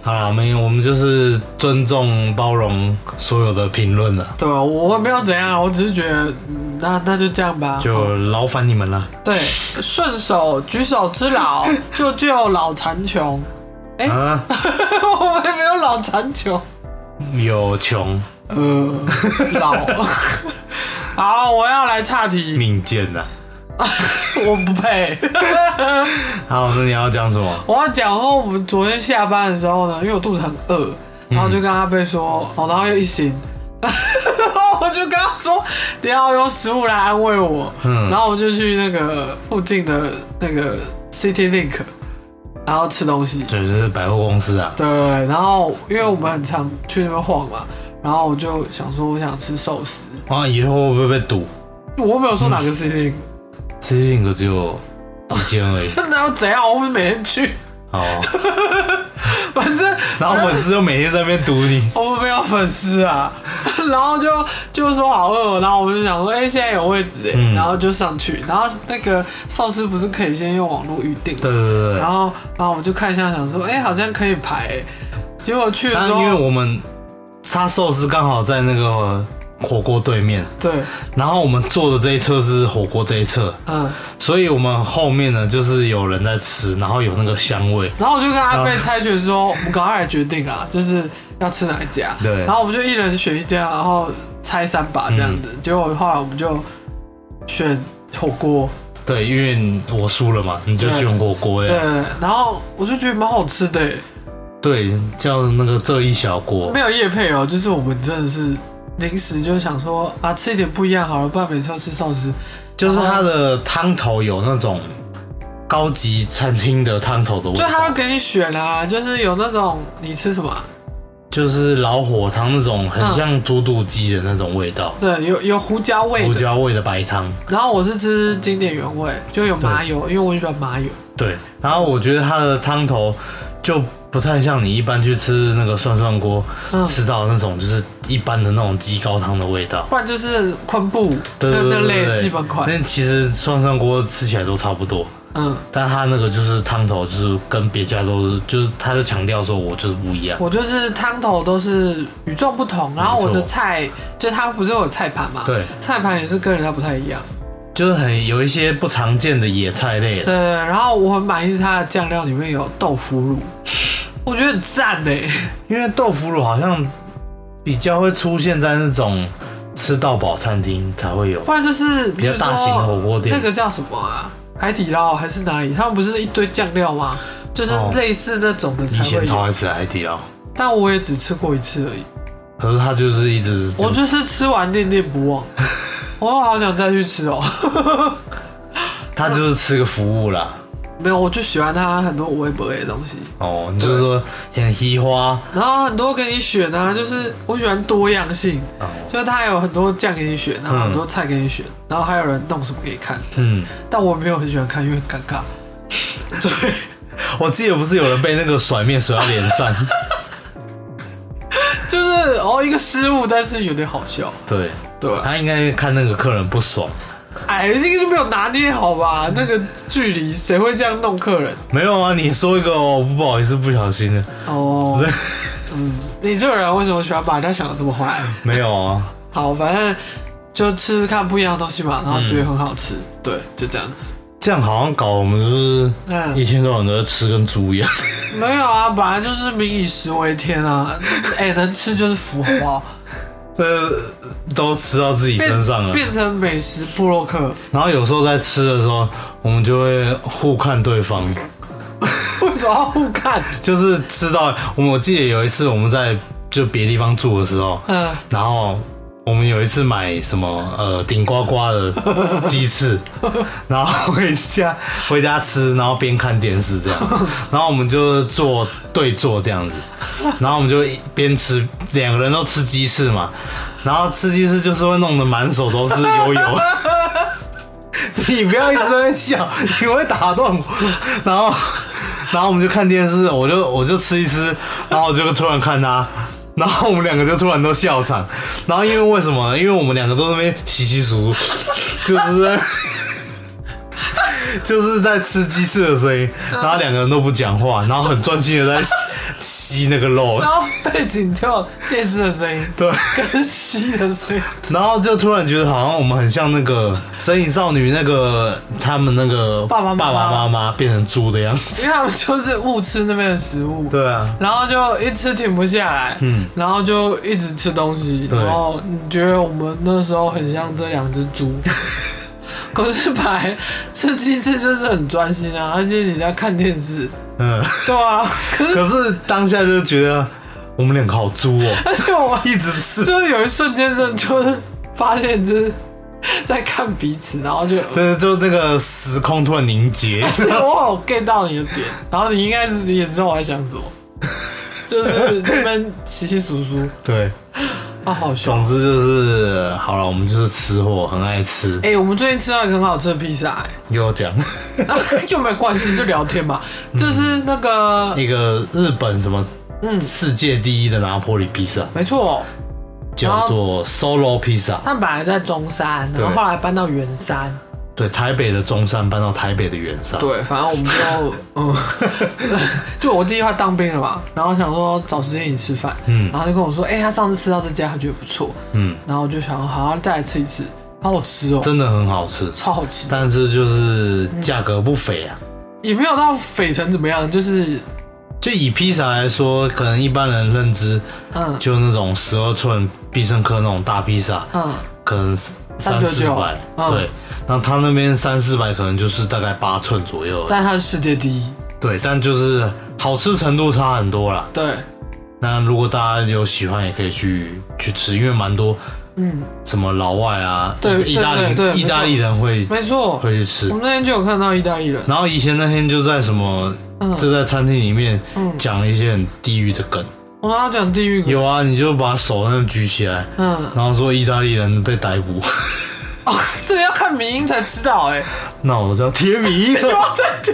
Speaker 1: 好啦，没有，我们就是尊重包容所有的评论了，
Speaker 2: 对啊，我没有怎样，我只是觉得，嗯那那就这样吧。
Speaker 1: 就劳烦你们了。
Speaker 2: 对，顺手举手之劳，救救老残穷。 [LAUGHS] 哎
Speaker 1: 啊，
Speaker 2: 我们没有老残穷，
Speaker 1: 有穷
Speaker 2: 呃，老。好，我要来岔题，
Speaker 1: 命贱呐。
Speaker 2: 我不配。
Speaker 1: 好，那你要讲什么？
Speaker 2: 我要讲说，我们昨天下班的时候呢，因为我肚子很饿，然后就跟阿贝说，哦，然后又一醒， [LAUGHS] 然后我就跟他说，你要用食物来安慰我，
Speaker 1: 嗯
Speaker 2: 然后我就去那个附近的那个 City Link，然后吃东西，
Speaker 1: 对，就是百货公司啊。
Speaker 2: 对，然后因为我们很常去那边晃嘛，然后我就想说，我想吃寿司，
Speaker 1: 哇，以后会不会被堵？嗯
Speaker 2: 我没有说哪个 City Link，
Speaker 1: 吃性格只有只间而已。
Speaker 2: 那要怎样？我们每天去，
Speaker 1: 哦，
Speaker 2: 反正
Speaker 1: 然后粉丝就每天在那边堵你。
Speaker 2: 我们没有粉丝啊， [LAUGHS] 然后就就说好饿哦，然后我们就想说，哎、现在有位置哎、
Speaker 1: 嗯
Speaker 2: 然后就上去，然后那个寿司不是可以先用网络预定，
Speaker 1: 对对对对
Speaker 2: 然。后然后我就看一下，想说，哎、好像可以排、哎结果 [LAUGHS] 去了
Speaker 1: 但
Speaker 2: 之
Speaker 1: 因为
Speaker 2: 后，
Speaker 1: 我们他寿司刚好在那个火锅对面，
Speaker 2: 对，
Speaker 1: 然后我们坐的这一侧是火锅这一侧，
Speaker 2: 嗯，
Speaker 1: 所以我们后面呢就是有人在吃，然后有那个香味。
Speaker 2: 然后我就跟阿
Speaker 1: 啊
Speaker 2: 贝猜拳说，我们赶快来决定啊，就是要吃哪一家，
Speaker 1: 对
Speaker 2: 然后我们就一人选一家，然后猜三把这样子，
Speaker 1: 嗯
Speaker 2: 结果后来我们就选火锅，
Speaker 1: 对，因为我输了嘛，你就选火锅
Speaker 2: 对
Speaker 1: 呀。，
Speaker 2: 然后我就觉得蛮好吃的、哎
Speaker 1: 对，叫那个这一小锅
Speaker 2: 没。有夜配哦，就是我们真的是临时就想说啊，吃一点不一样好了，不然每次都吃寿司。
Speaker 1: 就是它的汤头有那种高级餐厅的汤头的味
Speaker 2: 所以他会
Speaker 1: 道，
Speaker 2: 给你选啊，就是有那种你吃什么啊，
Speaker 1: 就是老火汤那种
Speaker 2: 嗯
Speaker 1: 很像猪肚鸡的那种味道，
Speaker 2: 对，有有胡椒味
Speaker 1: 胡
Speaker 2: 的。
Speaker 1: 椒味的白汤。
Speaker 2: 然后我是吃经典原味，就有麻油，因为我很喜欢麻油。
Speaker 1: 对，然后我觉得它的汤头就不太像你一般去吃那个涮涮锅、
Speaker 2: 嗯，
Speaker 1: 吃到的那种，就是一般的那种鸡高汤的味道。
Speaker 2: 不然就是昆布
Speaker 1: 对
Speaker 2: 那
Speaker 1: 对
Speaker 2: 那
Speaker 1: 对
Speaker 2: 类
Speaker 1: 对
Speaker 2: 的
Speaker 1: 对，
Speaker 2: 基本款。
Speaker 1: 那其实涮涮锅吃起来都差不多，
Speaker 2: 嗯，
Speaker 1: 但它那个就是汤头，就是跟别家都是，就是他就强调说我就是不一样。
Speaker 2: 我就是汤头都是与众不同，然后我的
Speaker 1: 没错
Speaker 2: 菜就是它不是有菜盘嘛，
Speaker 1: 对，
Speaker 2: 菜盘也是跟人家不太一样。
Speaker 1: 就是很有一些不常见的野菜类的。
Speaker 2: 对，然后我很满意是它的酱料里面有豆腐乳，我觉得很赞欸呢。
Speaker 1: 因为豆腐乳好像比较会出现在那种吃到饱餐厅才会有
Speaker 2: 不，然就是
Speaker 1: 比较大型火锅
Speaker 2: 比
Speaker 1: 店。
Speaker 2: 如说那个叫什么啊？海底捞还是哪里？他们不是一堆酱料吗？就是
Speaker 1: 哦
Speaker 2: 类似那种的
Speaker 1: 以
Speaker 2: 才
Speaker 1: 前
Speaker 2: 会
Speaker 1: 超
Speaker 2: 有，
Speaker 1: 爱吃海底捞，
Speaker 2: 但我也只吃过一次而已。
Speaker 1: 可是他就是一直是这
Speaker 2: 我
Speaker 1: 样
Speaker 2: 就是吃完念念不忘， [LAUGHS] 我好想再去吃哦。 [LAUGHS]
Speaker 1: 他就是吃个服务啦。没
Speaker 2: 没有，我就喜欢它很多无微不微的东西，
Speaker 1: 哦，你就是说很稀花
Speaker 2: 然后很多给你选啊，就是我喜欢多样性，
Speaker 1: 哦，
Speaker 2: 就是它有很多酱给你选，然后很
Speaker 1: 嗯
Speaker 2: 多菜给你选，然后还有人弄什么给你看。
Speaker 1: 嗯，
Speaker 2: 但我没有很喜欢看，因为很尴尬。 [LAUGHS] 对，
Speaker 1: 我记得不是有人被那个甩面甩到脸
Speaker 2: [LAUGHS]
Speaker 1: 上，
Speaker 2: 就是哦一个失误，但是有点好笑，
Speaker 1: 对
Speaker 2: 对吧？
Speaker 1: 他应该看那个客人不爽，
Speaker 2: 哎，这个就没有拿捏好吧？那个距离，谁会这样弄客人？
Speaker 1: 没有啊，你说一个哦，不好意思，不小心的，
Speaker 2: 哦， [LAUGHS] 嗯，你这个人为什么喜欢把人家想的这么坏？
Speaker 1: 没有啊，
Speaker 2: 好，反正就吃吃看不一样的东西嘛，然后觉得很好吃，对，就这样子。
Speaker 1: 这样好像搞我们就是一
Speaker 2: 嗯，
Speaker 1: 千多人都在吃跟猪一
Speaker 2: [LAUGHS]
Speaker 1: 样。
Speaker 2: 没有啊，本来就是民以食为天啊， [LAUGHS] 哎、能吃就是福，好不好？
Speaker 1: 呃，都吃到自己身上了。
Speaker 2: 变成美食部落客，
Speaker 1: 然后有时候在吃的时候，我们就会互看对方，
Speaker 2: 为什么要互看？
Speaker 1: 就是吃到我们我记得有一次我们在就别地方住的时候，
Speaker 2: 嗯，
Speaker 1: 然后我们有一次买什么呃顶呱呱的鸡翅，然后回家回家吃，然后边看电视这样，然后我们就坐对坐这样子，然后我们就一边吃，两个人都吃鸡翅嘛，然后吃鸡翅就是会弄得满手都是油油。你不要一直在那边笑，你会打断我。然后，然后我们就看电视，我就我就吃一吃，然后我就突然看他，然后我们两个就突然都笑场。然后因为为什么呢？因为我们两个都在那边稀稀疏疏，就是在就是在吃鸡翅的声音，然后两个人都不讲话，然后很专心的在吸吸那个肉
Speaker 2: 然，后背景只有电视的声音。
Speaker 1: 对。
Speaker 2: 跟吸的声音，
Speaker 1: 然后就突然觉得好像我们很像那个《神隐少女》那个他们那个
Speaker 2: 爸爸妈妈
Speaker 1: 爸爸妈妈变成猪的样子。
Speaker 2: 因为他们就是误吃那边的食物，
Speaker 1: 对啊，
Speaker 2: 然后就一吃停不下来，
Speaker 1: 嗯，
Speaker 2: 然后就一直吃东西，
Speaker 1: 对
Speaker 2: 然后你觉得我们那时候很像这两只
Speaker 1: [LAUGHS]
Speaker 2: 猪，可是本来吃鸡翅就是很专心啊，而且你在看电视，
Speaker 1: 嗯， [LAUGHS]
Speaker 2: 对啊，可是
Speaker 1: 可是当下就觉得我们两个好猪哦， [LAUGHS]
Speaker 2: 而且我们
Speaker 1: 一直吃。
Speaker 2: 就是有一瞬间真的就是发现就是在看彼此，然后就。
Speaker 1: 对，就那个时空突然凝结， [LAUGHS]
Speaker 2: [LAUGHS] 是啊我有 get 到你的点，然后你应该是也知道我在想什么，就是那边稀稀疏疏。
Speaker 1: 对，
Speaker 2: 哦，好凶
Speaker 1: 总。之就是好了，我们就是吃货，很爱吃，
Speaker 2: 哎、我们最近吃到一个很好吃的披萨、哎
Speaker 1: 又讲
Speaker 2: 啊， [LAUGHS] 就没关系，就聊天嘛。
Speaker 1: 嗯
Speaker 2: 就是那个，
Speaker 1: 一个日本什么
Speaker 2: 嗯，
Speaker 1: 世界第一的拿坡里披萨，
Speaker 2: 没错，
Speaker 1: 叫做 Solo 披萨，
Speaker 2: 他们本来在中山，然
Speaker 1: 对
Speaker 2: 后后来搬到圆山。
Speaker 1: 对，台北的中山搬到台北的圆山，
Speaker 2: 对，反正我
Speaker 1: [LAUGHS]
Speaker 2: 们就，嗯， [LAUGHS] 就我弟弟快当兵了嘛，然后想说找时间一起吃饭，
Speaker 1: 嗯
Speaker 2: 然后就跟我说，哎、他上次吃到这家，他觉得不错，
Speaker 1: 嗯，
Speaker 2: 然后我就想，好，好再来吃一次，好好吃哦，
Speaker 1: 真的很好吃，
Speaker 2: 超好吃，
Speaker 1: 但是就是价格不菲啊。
Speaker 2: 也没有到匪成怎么样，就是，
Speaker 1: 就以披萨来说，可能一般人认知
Speaker 2: 嗯
Speaker 1: 就那种十二寸必胜客那种大披萨，
Speaker 2: 嗯，
Speaker 1: 可能三四
Speaker 2: 399
Speaker 1: 百，
Speaker 2: 嗯
Speaker 1: 对。那他那边三四百可能就是大概八寸左右而已，
Speaker 2: 但他是世界第一，
Speaker 1: 对，但就是好吃程度差很多啦。
Speaker 2: 对，
Speaker 1: 那如果大家有喜欢，也可以去去吃，因为蛮多
Speaker 2: 嗯，
Speaker 1: 什么老外啊，
Speaker 2: 对
Speaker 1: 意大
Speaker 2: 对对对
Speaker 1: 利意大利人会
Speaker 2: 没错，
Speaker 1: 会去吃
Speaker 2: 我。们那天就有看到意大利人，
Speaker 1: 然后以前那天就在什么
Speaker 2: 嗯，
Speaker 1: 就在餐厅里面
Speaker 2: 嗯
Speaker 1: 讲了一些很地狱的梗，
Speaker 2: 我跟他讲地狱梗，
Speaker 1: 有啊，你就把手那举起来，
Speaker 2: 嗯，
Speaker 1: 然后说意大利人被逮捕， [LAUGHS]
Speaker 2: 哦， [LAUGHS] 这个要看迷音才知道、哎。
Speaker 1: 那我就要贴米
Speaker 2: [LAUGHS] 又
Speaker 1: 了。
Speaker 2: 要暂停。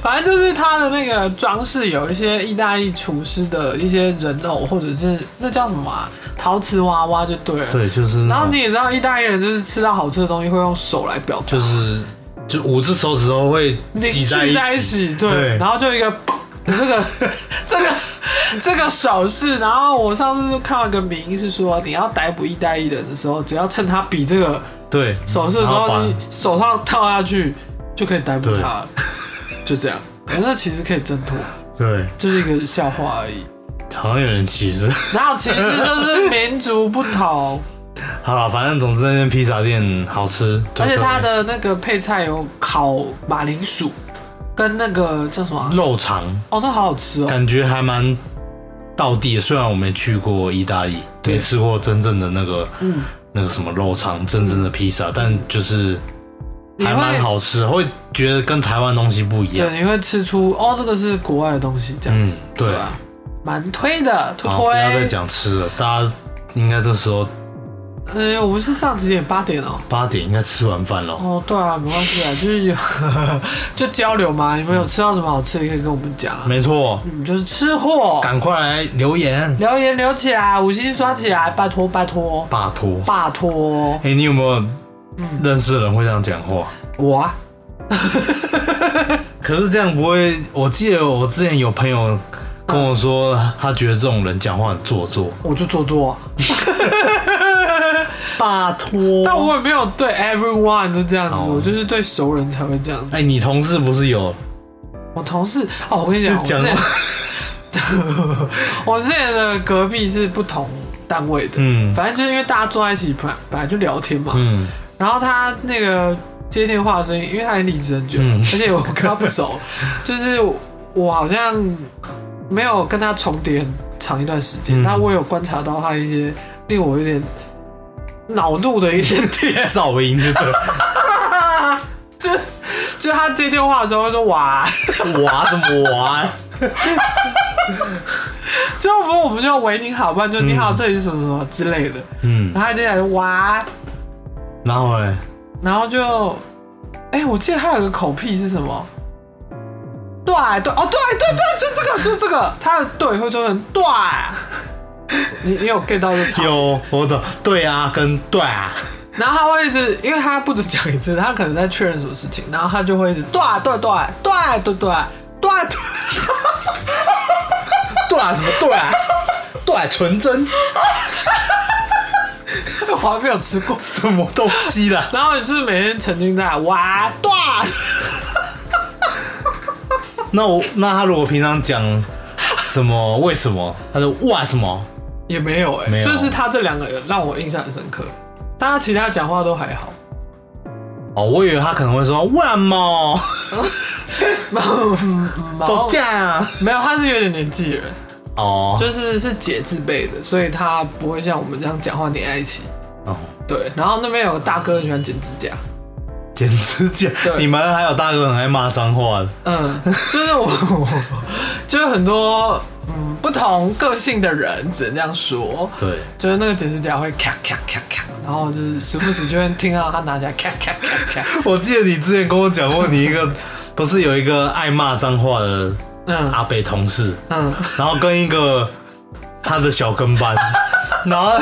Speaker 2: 反正就是它的那个装饰有一些意大利厨师的一些人偶，或者是那叫什么、啊、陶瓷娃娃就对了。。
Speaker 1: 对，就是
Speaker 2: 然
Speaker 1: 那
Speaker 2: 后
Speaker 1: 种
Speaker 2: 你也知道，意大利人就是吃到好吃的东西会用手来表达，
Speaker 1: 就是就五只手指头会
Speaker 2: 你
Speaker 1: 挤
Speaker 2: 聚
Speaker 1: 在一
Speaker 2: 在一
Speaker 1: 起，
Speaker 2: 起，对，
Speaker 1: 对
Speaker 2: 然后就一个这个 [LAUGHS] 这个这个手势。然后我上次就看到一个名是说，你要逮捕意大利人的时候，只要趁他比这个
Speaker 1: 对，
Speaker 2: 手势的时
Speaker 1: 然后把
Speaker 2: 候，你手上套下去就可以逮捕
Speaker 1: 对
Speaker 2: 他了，就这样。反正其实可以挣脱，
Speaker 1: 对，
Speaker 2: 就是一个笑话而已。
Speaker 1: 好像有人歧视。 [LAUGHS]
Speaker 2: 然后其实就是民族不同，
Speaker 1: 好了，反正总之那间披萨店好吃， [LAUGHS] 对
Speaker 2: 而且它
Speaker 1: 对
Speaker 2: 的那个配菜有烤马铃薯，跟那个叫什么啊？
Speaker 1: 肉肠
Speaker 2: 哦，都好好吃哦。
Speaker 1: 感觉还蛮道地的，虽然我没去过意大利，
Speaker 2: 对
Speaker 1: 没吃过真正的那个
Speaker 2: 嗯，
Speaker 1: 那个什么肉肠，真正的披萨，但就是
Speaker 2: 你
Speaker 1: 还蛮
Speaker 2: 会
Speaker 1: 好吃，会觉得跟台湾东西不一样。
Speaker 2: 对，你会吃出哦，这个是国外的东西这样子，
Speaker 1: 嗯对
Speaker 2: 吧？蛮推的，推
Speaker 1: 好，不要再
Speaker 2: 推。
Speaker 1: 讲吃了，大家应该这时候
Speaker 2: 嗯，我们是上几点？八点哦。
Speaker 1: 八点应该吃完饭了。
Speaker 2: 哦，对啊，没关
Speaker 1: [LAUGHS]
Speaker 2: 系啊，就是有 [LAUGHS] 就交流嘛。你们有吃到什么好吃的，也可以跟我们讲啊。
Speaker 1: 没错，
Speaker 2: 你们就是吃货，
Speaker 1: 赶快来留言，
Speaker 2: 留言留起来，五星刷起来，拜托拜托，
Speaker 1: 拜托。
Speaker 2: 拜托
Speaker 1: 哎、你有没有
Speaker 2: 嗯
Speaker 1: 认识的人会这样讲话？
Speaker 2: 我啊，
Speaker 1: 可是这样不会，我记得我之前有朋友跟我说，他觉得这种人讲话很做作。
Speaker 2: 我就做作啊，
Speaker 1: 拜托
Speaker 2: 但我也没有对 everyone 就这样子，
Speaker 1: 哦
Speaker 2: 我就是对熟人才会这样子。
Speaker 1: 哎、你同事不是有
Speaker 2: 我同事哦，我跟你讲，我之
Speaker 1: 讲
Speaker 2: 前
Speaker 1: 话
Speaker 2: [LAUGHS] 我之前的隔壁是不同单位的，
Speaker 1: 嗯
Speaker 2: 反正就是因为大家坐在一起，本来本来就聊天嘛，
Speaker 1: 嗯 [LAUGHS]
Speaker 2: 然后他那个接电话的声音，因为他也离职很久，
Speaker 1: 嗯
Speaker 2: 而且我跟他
Speaker 1: [LAUGHS]
Speaker 2: 不熟，就是我好像没有跟他重叠很长一段时间，
Speaker 1: 嗯，
Speaker 2: 但我有观察到他一些令我有点恼怒的一些 [LAUGHS] 点
Speaker 1: 噪音对不
Speaker 2: 就就他接电话的时候会说哇，
Speaker 1: 对？哇怎么哇？
Speaker 2: 就不我们就喂你好，不然就你好，这里是什么什么之类的，
Speaker 1: 嗯，
Speaker 2: 然后他接下来就哇，
Speaker 1: 然后嘞，
Speaker 2: 然后就，哎、我记得他有个口癖是什么？对对哦，对对对，就这个，就这个，他的对会说成对。你你有 get 到这差？。
Speaker 1: 有我懂，对啊，跟对啊，
Speaker 2: 然后他会一直，因为他不止讲一次，他可能在确认什么事情，然后他就会一直对对对对对对对对。
Speaker 1: 对啊什么对啊，对啊纯真
Speaker 2: 我还没有吃过。
Speaker 1: 什么东西啦？
Speaker 2: 然后你就是每天沉浸在哇对，
Speaker 1: 那我那他如果平常讲什么为什么，他说哇什么，
Speaker 2: 也没有哎、
Speaker 1: 没有
Speaker 2: 就是他这两个有让我印象很深刻，但他其他讲话都还好。 [LAUGHS]
Speaker 1: 哦，我以为他可能会说哇么
Speaker 2: 嗯
Speaker 1: [LAUGHS]
Speaker 2: 嗯然后
Speaker 1: 吵架啊，
Speaker 2: 没有，他是有点年纪人，
Speaker 1: 哦，
Speaker 2: 就是是姐字辈的，所以他不会像我们这样讲话黏在一起。
Speaker 1: 哦
Speaker 2: 对，然后那边有个大哥很喜欢剪指甲，
Speaker 1: 剪指甲，
Speaker 2: 对
Speaker 1: 你们 [LAUGHS] 还有大哥很爱骂脏话的，
Speaker 2: [LAUGHS] 嗯，就是我，就是很多嗯不同个性的人，只能这样说。
Speaker 1: 对，
Speaker 2: 就是那个剪指甲会咔咔咔咔，然后就是时不时就会听到他拿起来咔咔咔咔。
Speaker 1: [LAUGHS] 我记得你之前跟我讲过，你一个不是有一个爱骂脏话的
Speaker 2: 嗯
Speaker 1: 阿北同
Speaker 2: [LAUGHS]
Speaker 1: 事，
Speaker 2: 嗯，
Speaker 1: 然后跟一个他的小跟班， [LAUGHS] 然后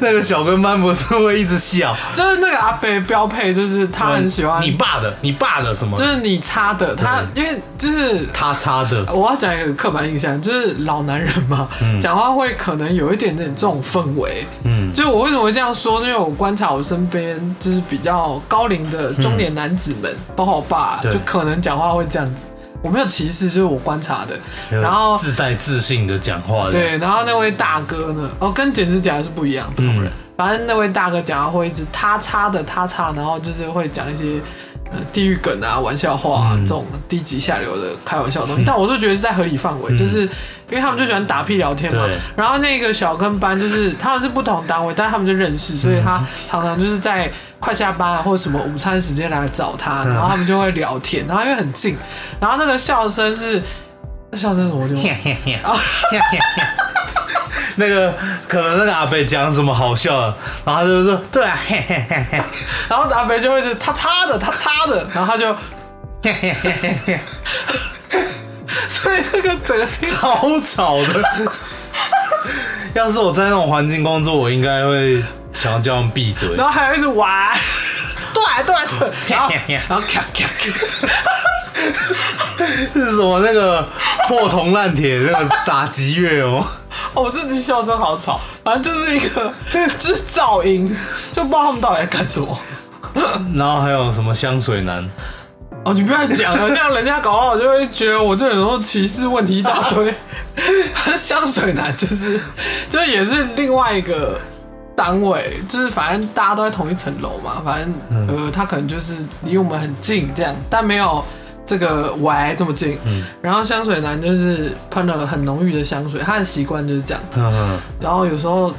Speaker 1: 那个小跟班不是会一直笑，
Speaker 2: 就是那个阿北标配，就是他很喜欢
Speaker 1: 你，爸的，你爸的什么，
Speaker 2: 就是你擦的他，因为就是
Speaker 1: 他插的，
Speaker 2: 我要讲一个刻板印象，就是老男人嘛，讲、话会可能有一点点这种氛围。
Speaker 1: 嗯，
Speaker 2: 就我为什么会这样说？因为我观察我身边就是比较高龄的中年男子们，包括我爸，
Speaker 1: 嗯对
Speaker 2: 就可能讲话会这样子。我没有歧视，就是我观察的。然后
Speaker 1: 自带自信的讲话的，
Speaker 2: 对，然后那位大哥呢？哦，跟剪指甲是不一样，不同人。
Speaker 1: 嗯
Speaker 2: 反正那位大哥讲话会一直他擦的他擦，然后就是会讲一些呃地狱梗啊、玩笑话、啊、
Speaker 1: 嗯
Speaker 2: 这种低级下流的开玩笑的东西。但我就觉得是在合理范围，就是因为他们就喜欢打屁聊天嘛
Speaker 1: 对。
Speaker 2: 然后那个小跟班就是他们是不同单位，但他们就认识，所以他常常就是在。快下班啊，或者什么午餐时间来找他，然后他们就会聊天，然后因为很近，然后那个笑声是，那笑声是什么我就忘了
Speaker 1: 那个可能那个阿北讲什么好笑的，然后他就说对啊，嘿嘿嘿嘿
Speaker 2: 然后阿北就会是他擦的，他擦的，然后他就，
Speaker 1: 嘿嘿嘿嘿嘿，
Speaker 2: 所以那个整个地
Speaker 1: 超吵的。 [LAUGHS] 要是我在那种环境工作，我应该会想要叫他们闭嘴
Speaker 2: 然。后还有一直玩，对对对，然后然后咔咔咔，
Speaker 1: [LAUGHS] 是什么那个破铜烂铁那个打击乐哦？ [LAUGHS]
Speaker 2: 哦，我这集笑声好吵，反正就是一个就是噪音，就不知道他们到底在干什么。
Speaker 1: 然后还有什么香水男？
Speaker 2: 哦，你不要讲了，那样人家搞不好就会觉得我这人然后歧视问题一大堆。 [LAUGHS] 香水男就是，就是也是另外一个单位，就是反正大家都在同一层楼嘛，反正、呃，他可能就是离我们很近这样，但没有这个喂这么近。
Speaker 1: 嗯
Speaker 2: 然后香水男就是喷了很浓郁的香水，他的习惯就是这样。
Speaker 1: 嗯
Speaker 2: 然后有时候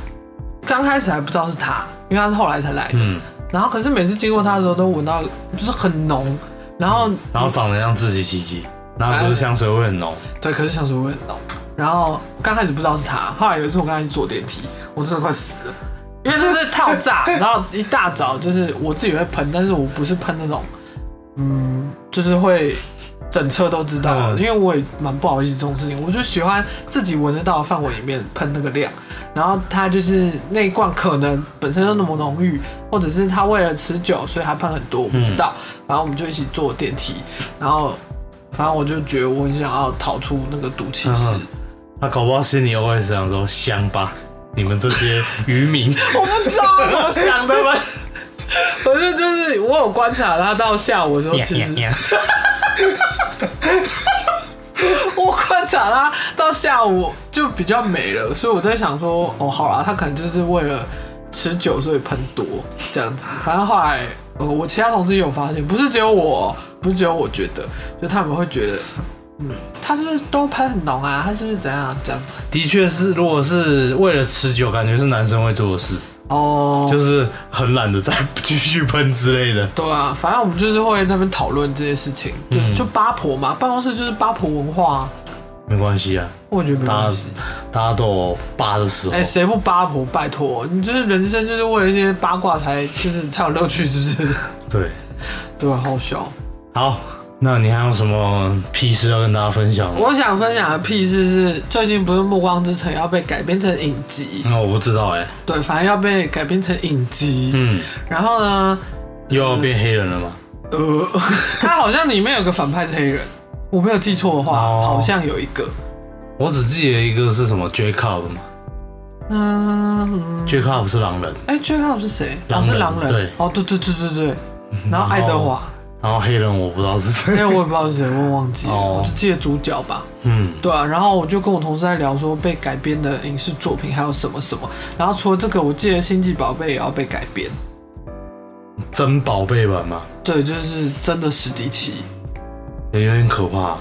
Speaker 2: 刚开始还不知道是他，因为他是后来才来的。
Speaker 1: 嗯，
Speaker 2: 然后可是每次经过他的时候都闻到，就是很浓。然后
Speaker 1: 然后长得像自己鸡鸡，然后不是香水味很浓。
Speaker 2: 对，可是香水味很浓。然后刚开始不知道是他，后来有一次我跟他一起坐电梯，我真的快死了，因为这是套炸。然后一大早就是我自己会喷，但是我不是喷那种，嗯，就是会整车都知道，
Speaker 1: 嗯
Speaker 2: 因为我也蛮不好意思这种事情，我就喜欢自己闻得到的范围里面喷那个量。然后它就是那一罐可能本身就那么浓郁，或者是它为了持久，所以它喷很多，我不知道。然后我们就一起坐电梯，然后反正我就觉得我很想要逃出那个毒气室，
Speaker 1: 嗯他搞不好心里 OS 想说香吧，你们这些渔
Speaker 2: [LAUGHS]
Speaker 1: 民。
Speaker 2: 我不知道我怎么想的吧。反正就是 [LAUGHS] 我有观察他到下午的时候，其实 [LAUGHS] 我观察他到下午就比较没了，所以我在想说，哦，好啦，他可能就是为了持久，所以喷多这样子。反正后来，呃，我其他同事也有发现，不是只有我，不是只有我觉得，就他们会觉得，嗯，他是不是都喷很浓啊？他是不是怎样这样子？
Speaker 1: [LAUGHS] 的确是，如果是为了持久，感觉是男生会做的事，
Speaker 2: 哦，
Speaker 1: 就是很懒得再 [LAUGHS] 继续喷之类的。
Speaker 2: 对啊，反正我们就是会在那边讨论这些事情，就、
Speaker 1: 嗯
Speaker 2: 就八婆嘛，办公室就是八婆文化、啊，
Speaker 1: 没关系啊，
Speaker 2: 我觉得没
Speaker 1: 大
Speaker 2: 关
Speaker 1: 家
Speaker 2: 系。
Speaker 1: 大家都有扒的时候。
Speaker 2: 嗯哎、谁不八婆？拜托，你就是人生就是为了一些八卦才就是 [LAUGHS] 才有乐趣，是不是？
Speaker 1: 对，
Speaker 2: 对啊，好笑。
Speaker 1: 好，那你还有什么屁事要跟大家分享吗？
Speaker 2: 我想分享的屁事是，最近不是《暮光之城》要被改编成影集，
Speaker 1: 那我不知道哎、
Speaker 2: 对，反正要被改编成影集。
Speaker 1: 嗯，
Speaker 2: 然后呢，
Speaker 1: 又要变黑人了吗？
Speaker 2: 呃， [LAUGHS] 它好像里面有个反派是黑人，我没有记错的话，
Speaker 1: 哦
Speaker 2: 好像有一个。
Speaker 1: 我只记得一个是什么 Jacob 嘛
Speaker 2: 嗯，
Speaker 1: ，Jacob 是狼人，
Speaker 2: 哎 j a c o 是谁？
Speaker 1: 狼
Speaker 2: 哦，
Speaker 1: 人
Speaker 2: 是狼人。
Speaker 1: 对哦
Speaker 2: 哦，对对对对对。然后爱德华，
Speaker 1: 然后黑人我不知道是
Speaker 2: 因为
Speaker 1: 谁。
Speaker 2: 我也不知道是谁，我忘记了，
Speaker 1: 哦
Speaker 2: 我就记得主角吧。
Speaker 1: 嗯，
Speaker 2: 对啊，然后我就跟我同事在聊说被改编的影视作品还有什么什么，然后除了这个，我记得《星际宝贝》也要被改编，
Speaker 1: 真宝贝版嘛，
Speaker 2: 对，就是真的史迪奇，
Speaker 1: 也有点可怕。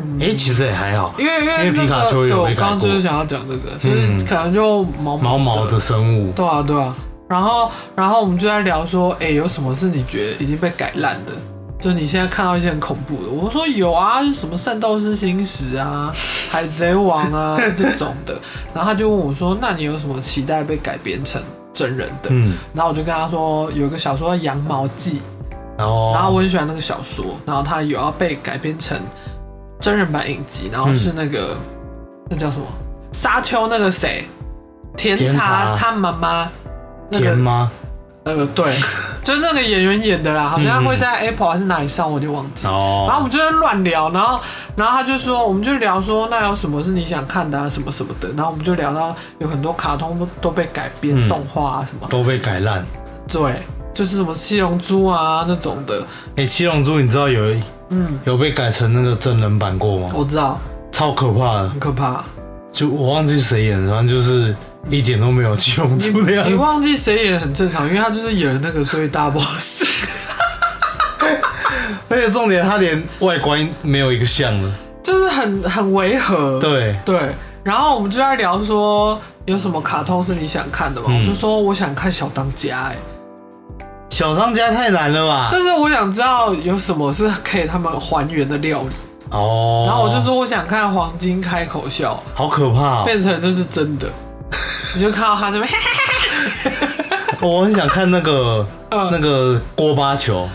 Speaker 2: 嗯
Speaker 1: 哎、其实也还好，
Speaker 2: 因为因
Speaker 1: 因为
Speaker 2: 为
Speaker 1: 皮
Speaker 2: 那
Speaker 1: 卡
Speaker 2: 个
Speaker 1: 丘
Speaker 2: 对
Speaker 1: 有
Speaker 2: 我
Speaker 1: 被
Speaker 2: 刚
Speaker 1: 改
Speaker 2: 刚就
Speaker 1: 过
Speaker 2: 是想要讲这个，就
Speaker 1: 嗯
Speaker 2: 是可能就毛
Speaker 1: 毛毛
Speaker 2: 毛
Speaker 1: 的，生物，
Speaker 2: 对啊对啊，然后然后我们就在聊说，哎，有什么是你觉得已经被改烂的？就你现在看到一些很恐怖的，我说有啊，什么《圣斗士星矢》啊， [LAUGHS] 《海贼王啊》这种的。然后他就问我说：“那你有什么期待被改编成真人的？”
Speaker 1: 嗯，
Speaker 2: 然后我就跟他说：“有一个小说叫《羊毛记》，
Speaker 1: 然后
Speaker 2: 然后我很喜欢那个小说，然后它有要被改编成真人版影集，然后是那
Speaker 1: 嗯
Speaker 2: 个、那叫什么沙丘那个谁甜
Speaker 1: 甜茶
Speaker 2: 茶他妈妈那
Speaker 1: 甜
Speaker 2: 个
Speaker 1: 吗？
Speaker 2: 呃对，
Speaker 1: [LAUGHS]
Speaker 2: 就是那个演员演的啦，好像会在 Apple 还是哪里上，我就忘记。
Speaker 1: 嗯哦，
Speaker 2: 然后我们就在乱聊，然后，然后他就说，我们就聊说，那有什么是你想看的啊，什么什么的。然后我们就聊到有很多卡通都都被改编、
Speaker 1: 嗯
Speaker 2: 动画啊什么，
Speaker 1: 都被改烂。
Speaker 2: 对，就是什么七龙珠啊那种的，
Speaker 1: 哎，七龙珠，你知道有
Speaker 2: 嗯，
Speaker 1: 有被改成那个真人版过吗？
Speaker 2: 我知道，
Speaker 1: 超可怕的，
Speaker 2: 很可怕。
Speaker 1: 就我忘记谁演的，反正就是一点都没有七龙珠的样
Speaker 2: 你
Speaker 1: 子。
Speaker 2: 忘记谁演很正常，因为他就是演了那个，所以大 boss。
Speaker 1: [LAUGHS]
Speaker 2: [LAUGHS]
Speaker 1: 而且重点，他连外观没有一个像的。
Speaker 2: 就是很很违和。
Speaker 1: 对，
Speaker 2: 对然后我们就在聊说有什么卡通是你想看的嘛？
Speaker 1: 嗯
Speaker 2: 我就说我想看小当家、哎，
Speaker 1: 小当家太难了吧？
Speaker 2: 就是我想知道有什么是可以他们还原的料理。
Speaker 1: 哦，
Speaker 2: 然后我就说我想看黄金开口笑
Speaker 1: 好可怕哦、
Speaker 2: 变成这是真
Speaker 1: [LAUGHS]
Speaker 2: 的，你就看到他这边， [LAUGHS]
Speaker 1: 我很想看那个
Speaker 2: 嗯
Speaker 1: 那个锅巴
Speaker 2: [LAUGHS]
Speaker 1: 球，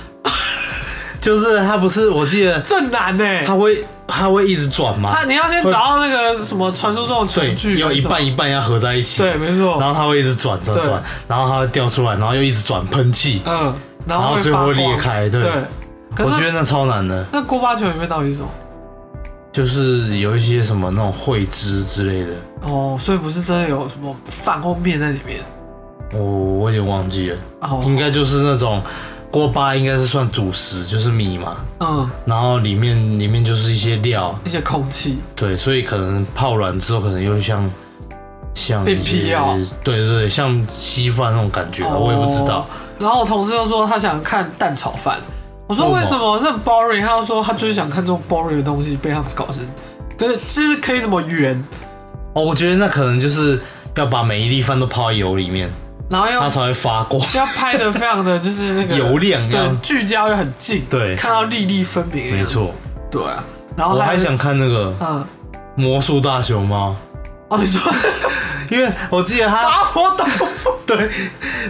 Speaker 1: 就是他不是，我记得
Speaker 2: 正男呢、
Speaker 1: 他会他会一直转嘛，
Speaker 2: 欸他你要先找到那个什么传说中的
Speaker 1: 对
Speaker 2: 纯剧，，
Speaker 1: 有一半一半要合在一起，
Speaker 2: 对，，没错，
Speaker 1: 然后他会一直转转
Speaker 2: 对
Speaker 1: 转，然后它会掉出来，然后又一直转喷气，
Speaker 2: 嗯，然
Speaker 1: 然
Speaker 2: 后
Speaker 1: 后
Speaker 2: 会
Speaker 1: 最
Speaker 2: 发
Speaker 1: 后
Speaker 2: 光
Speaker 1: 裂开，对，
Speaker 2: 对，可是
Speaker 1: 我觉得那超难的，
Speaker 2: 那锅巴球里面到底是什么？
Speaker 1: 就是有一些什么那种汇汁之类的，
Speaker 2: 哦，所以不是真的有什么饭后面在里面
Speaker 1: 我我有点忘记了，应
Speaker 2: 哦，
Speaker 1: 该就是那种锅巴应该是算主食，就是米嘛，
Speaker 2: 嗯，
Speaker 1: 然后里面里面就是一些料，
Speaker 2: 一些空气，
Speaker 1: 对，所以可能泡软之后，可能又像像
Speaker 2: 变
Speaker 1: 一些
Speaker 2: 皮哦
Speaker 1: 对对对，像稀饭那种感觉吧，啊我也不知道
Speaker 2: 哦。。然后我同事又说他想看蛋炒饭，我说为
Speaker 1: 为
Speaker 2: 什
Speaker 1: 什
Speaker 2: 么这很 boring？他就说他就是想看这种 boring 的东西被他们搞成，可是就是可以怎么圆，
Speaker 1: 哦，我觉得那可能就是要把每一粒饭都泡在油里面，
Speaker 2: 然后又
Speaker 1: 它才会发光。
Speaker 2: 要拍的非常的就是
Speaker 1: [LAUGHS]
Speaker 2: 那个
Speaker 1: 油亮这
Speaker 2: 对
Speaker 1: 样，
Speaker 2: 聚焦又很近，
Speaker 1: 对
Speaker 2: 看到粒粒分明的
Speaker 1: 没
Speaker 2: 样子，
Speaker 1: 错。
Speaker 2: 对啊。然后
Speaker 1: 我
Speaker 2: 他
Speaker 1: 还想看那个
Speaker 2: 嗯，
Speaker 1: 魔术大熊猫，
Speaker 2: 哦
Speaker 1: [LAUGHS]
Speaker 2: 你说
Speaker 1: 因为我记得它，
Speaker 2: 啊我懂，
Speaker 1: 对，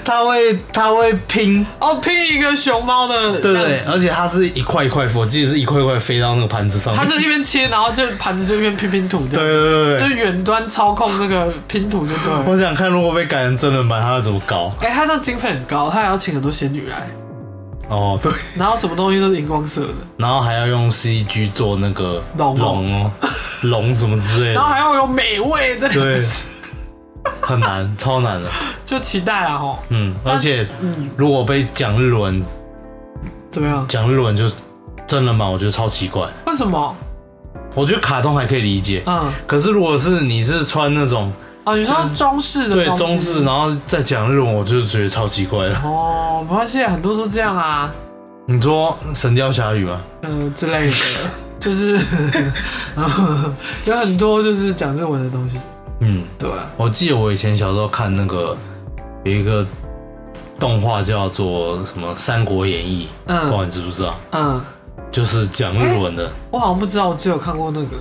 Speaker 1: 它会它会拼，
Speaker 2: 哦拼一个熊猫的
Speaker 1: 对不
Speaker 2: 样
Speaker 1: 对
Speaker 2: 子，
Speaker 1: 而且它是一块一块，我记得是一块一块飞到那个盘子上
Speaker 2: 他
Speaker 1: 面。
Speaker 2: 就一边切，然后就盘子就一边拼拼图，
Speaker 1: [LAUGHS]
Speaker 2: 这
Speaker 1: 对
Speaker 2: 样，
Speaker 1: 对对对
Speaker 2: 就
Speaker 1: 对，
Speaker 2: 是远端操控那个拼图就对了
Speaker 1: 我。想看如果被改成真人版，它要怎么搞？
Speaker 2: 哎、他这样经费很高，他还要请很多仙女来，
Speaker 1: 哦，对。
Speaker 2: 然后什么东西都是荧光色的，
Speaker 1: 然后还要用 CG 做那个
Speaker 2: 龙哦
Speaker 1: 龙哦，龙什么之类
Speaker 2: 然后
Speaker 1: 的，
Speaker 2: 还要有美味这两个字，
Speaker 1: 很难，超难的。
Speaker 2: [LAUGHS] 就期待啦吼。
Speaker 1: 嗯，而且
Speaker 2: 嗯，
Speaker 1: 如果被讲日文，
Speaker 2: 怎么样？
Speaker 1: 讲日文就真人版，我觉得超奇怪。
Speaker 2: 为什么？
Speaker 1: 我觉得卡通还可以理解，
Speaker 2: 嗯，
Speaker 1: 可是如果是你是穿那种
Speaker 2: 哦，你说中式的
Speaker 1: 对
Speaker 2: 东西
Speaker 1: 中式，然后再讲日文，我就觉得超奇怪了。
Speaker 2: 哦，没关系，很多都这样啊，
Speaker 1: 你说《神雕侠侣》吗？
Speaker 2: 呃之类的，
Speaker 1: [LAUGHS]
Speaker 2: 就是 [LAUGHS] 有很多就是讲日文的东西，
Speaker 1: 嗯，
Speaker 2: 对啊，
Speaker 1: 我记得我以前小时候看那个有一个动画叫做什么《三国演义》，不知
Speaker 2: 嗯
Speaker 1: 道你知不知道？
Speaker 2: 嗯。
Speaker 1: 就是讲日文的。
Speaker 2: 我好像不知道，我只有看过那个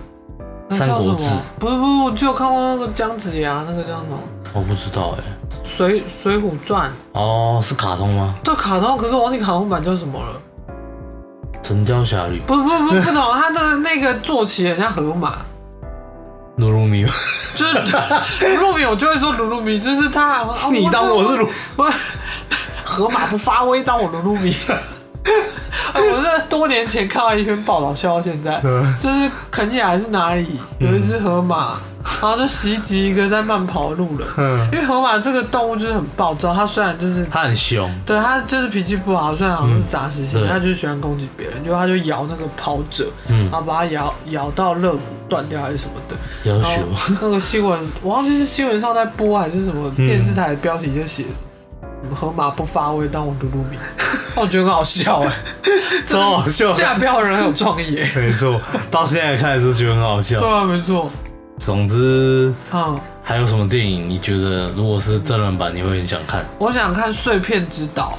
Speaker 2: 那
Speaker 1: 三
Speaker 2: 叫
Speaker 1: 国
Speaker 2: 什
Speaker 1: 志
Speaker 2: 么？不是不是，我只有看过那个姜子牙，那个叫什么
Speaker 1: 我不知道哎、
Speaker 2: 《水水浒传
Speaker 1: 哦，是卡通吗？》
Speaker 2: 对卡通，可是我忘记卡通版叫什么了。
Speaker 1: 《神雕侠侣》
Speaker 2: 不不不不懂，啊他的那个坐骑很像河马，
Speaker 1: 鲁鲁米，
Speaker 2: 就是 [LAUGHS] 鲁鲁米，我就会说鲁鲁米，就是他。哦
Speaker 1: [LAUGHS] [LAUGHS] 你当我是
Speaker 2: [LAUGHS]
Speaker 1: 鲁？
Speaker 2: 我 [LAUGHS] 河马不发威，当我鲁
Speaker 1: [LAUGHS]
Speaker 2: 鲁米。哎，我是多年前看到一篇报道，笑到现在。就是肯亚还是哪里
Speaker 1: 嗯
Speaker 2: 有一只河马，然后就袭击一个在慢跑的路人。
Speaker 1: 嗯，
Speaker 2: 因为河马这个动物就是很暴躁，它虽然就是
Speaker 1: 他很凶，
Speaker 2: 对它就是脾气不好，虽然好像是杂食
Speaker 1: 嗯
Speaker 2: 性，
Speaker 1: 对
Speaker 2: 它就是喜欢攻击别人，就它就咬那个跑者，
Speaker 1: 嗯
Speaker 2: 然，后把它咬咬到肋骨断掉哦还是什么的。
Speaker 1: 要
Speaker 2: 然
Speaker 1: 求
Speaker 2: 后那个新闻，我忘记是新闻上在播还是什么
Speaker 1: 嗯
Speaker 2: 电视台的标题就写。河马不发威，当我嘟嘟米， [LAUGHS] 那我觉得很好笑 [LAUGHS] 哎、真
Speaker 1: [LAUGHS]
Speaker 2: 的
Speaker 1: 超好笑的
Speaker 2: 现在标人很有创意、 [LAUGHS] 欸，
Speaker 1: 没错，到现在看还是觉得很好笑
Speaker 2: 对。啊，没错，
Speaker 1: 总之，
Speaker 2: 嗯，
Speaker 1: 还有什么电影你觉得如果是真人版你会很想看？
Speaker 2: 我想看《碎片之岛》，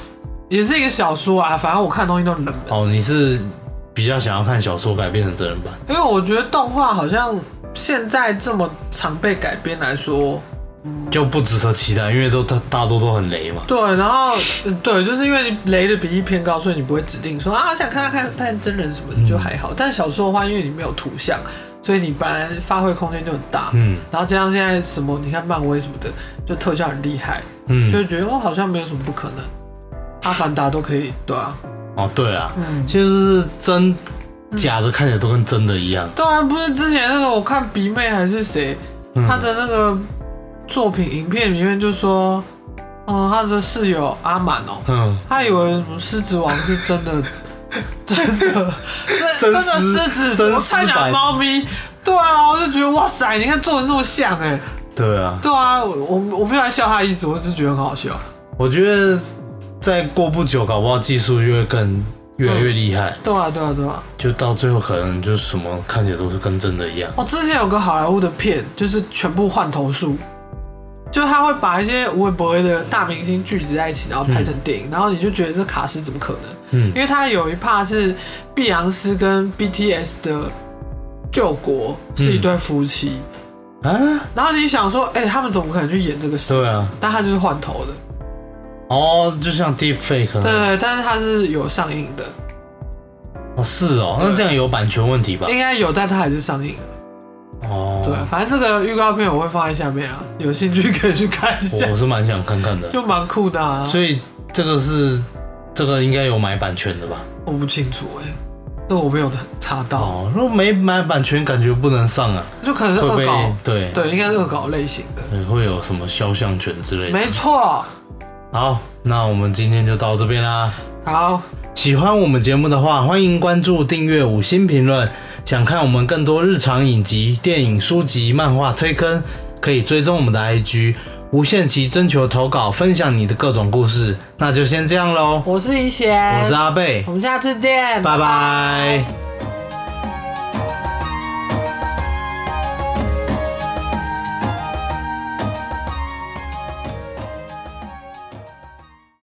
Speaker 2: 也是一个小说啊，反正我看东西都很冷门，
Speaker 1: 哦，你是比较想要看小说改编成真人版？
Speaker 2: 因为我觉得动画好像现在这么常被改编来说，
Speaker 1: 就不值得期待，因为都大大多都很雷嘛。
Speaker 2: 对，然后呃对，就是因为你雷的比例偏高，所以你不会指定说啊，我想看看看看真人什么的就还
Speaker 1: 嗯
Speaker 2: 好。但小说的话，因为你没有图像，所以你本来发挥空间就很大。
Speaker 1: 嗯
Speaker 2: 然后加上现在什么，你看漫威什么的，就特效很厉害，
Speaker 1: 嗯，
Speaker 2: 就会觉得哦，好像没有什么不可能。阿凡达都可以，对啊，
Speaker 1: 哦对啊，
Speaker 2: 嗯，
Speaker 1: 其实是真假的看起来都跟真的一样。
Speaker 2: 对啊，不是之前那个我看鼻妹还是谁，
Speaker 1: 嗯
Speaker 2: 他的那个作品影片里面就说，嗯，他的室友阿满哦，
Speaker 1: 嗯，
Speaker 2: 他以为什么狮子王是
Speaker 1: [LAUGHS]
Speaker 2: 真的，真的，真真
Speaker 1: 真
Speaker 2: 的
Speaker 1: 实
Speaker 2: 狮子，
Speaker 1: 真
Speaker 2: 我
Speaker 1: 实
Speaker 2: 差点讲
Speaker 1: 版
Speaker 2: 猫咪。对啊，我就觉得哇塞，你看做的这么像哎、
Speaker 1: 对啊，
Speaker 2: 对啊，我我我没有在笑他的意思，我只是觉得很好笑。
Speaker 1: 我觉得再过不久，搞不好技术就会更越来越厉害，
Speaker 2: 对啊，对啊，对啊。
Speaker 1: 就到最后可能就是什么看起来都是跟真的一样。
Speaker 2: 哦，之前有个好莱坞的片，就是全部换头术，就他会把一些无微不微的大明星聚集在一起，然后拍成电影，然后你就觉得这卡斯怎么可能？
Speaker 1: 嗯
Speaker 2: 因为他有一趴是碧昂斯跟 BTS 的救国是一对夫妻，
Speaker 1: 啊，
Speaker 2: 然后你想说，哎、他们怎么可能去演这个事？
Speaker 1: 对嗯啊，
Speaker 2: 但他就是换头的，
Speaker 1: 哦，就像啊 Deep Fake
Speaker 2: 对对，但是他是有上映的，
Speaker 1: 哦，是哦，那
Speaker 2: 对
Speaker 1: 这样有版权问题吧？
Speaker 2: 应该有，但他还是上映的。
Speaker 1: 哦，
Speaker 2: 对，反正这个预告片我会放在下面啊，有兴趣可以去看一下
Speaker 1: 我，我是蛮想看看 [LAUGHS] 的，
Speaker 2: 就蛮酷的啊。
Speaker 1: 哦所以这个是这个应该有买版权的吧？
Speaker 2: 我不清楚哎、这我没有查到，
Speaker 1: 哦，如果没买版权，感觉不能上啊，
Speaker 2: 就可能是
Speaker 1: 会
Speaker 2: 恶
Speaker 1: 被
Speaker 2: 搞，
Speaker 1: 对
Speaker 2: 对，应该是恶搞类型的，
Speaker 1: 对会有什么肖像权之类的。
Speaker 2: 没错。
Speaker 1: 好，那我们今天就到这边啦。
Speaker 2: 好，
Speaker 1: 喜欢我们节目的话，欢迎关注、订阅、五星评论。想看我们更多日常影集、电影、书籍、漫画推坑，可以追踪我们的 IG。无限期征求投稿，分享你的各种故事。那就先这样喽，
Speaker 2: 我是怡贤，
Speaker 1: 我是阿贝，
Speaker 2: 我们下次见，
Speaker 1: 拜拜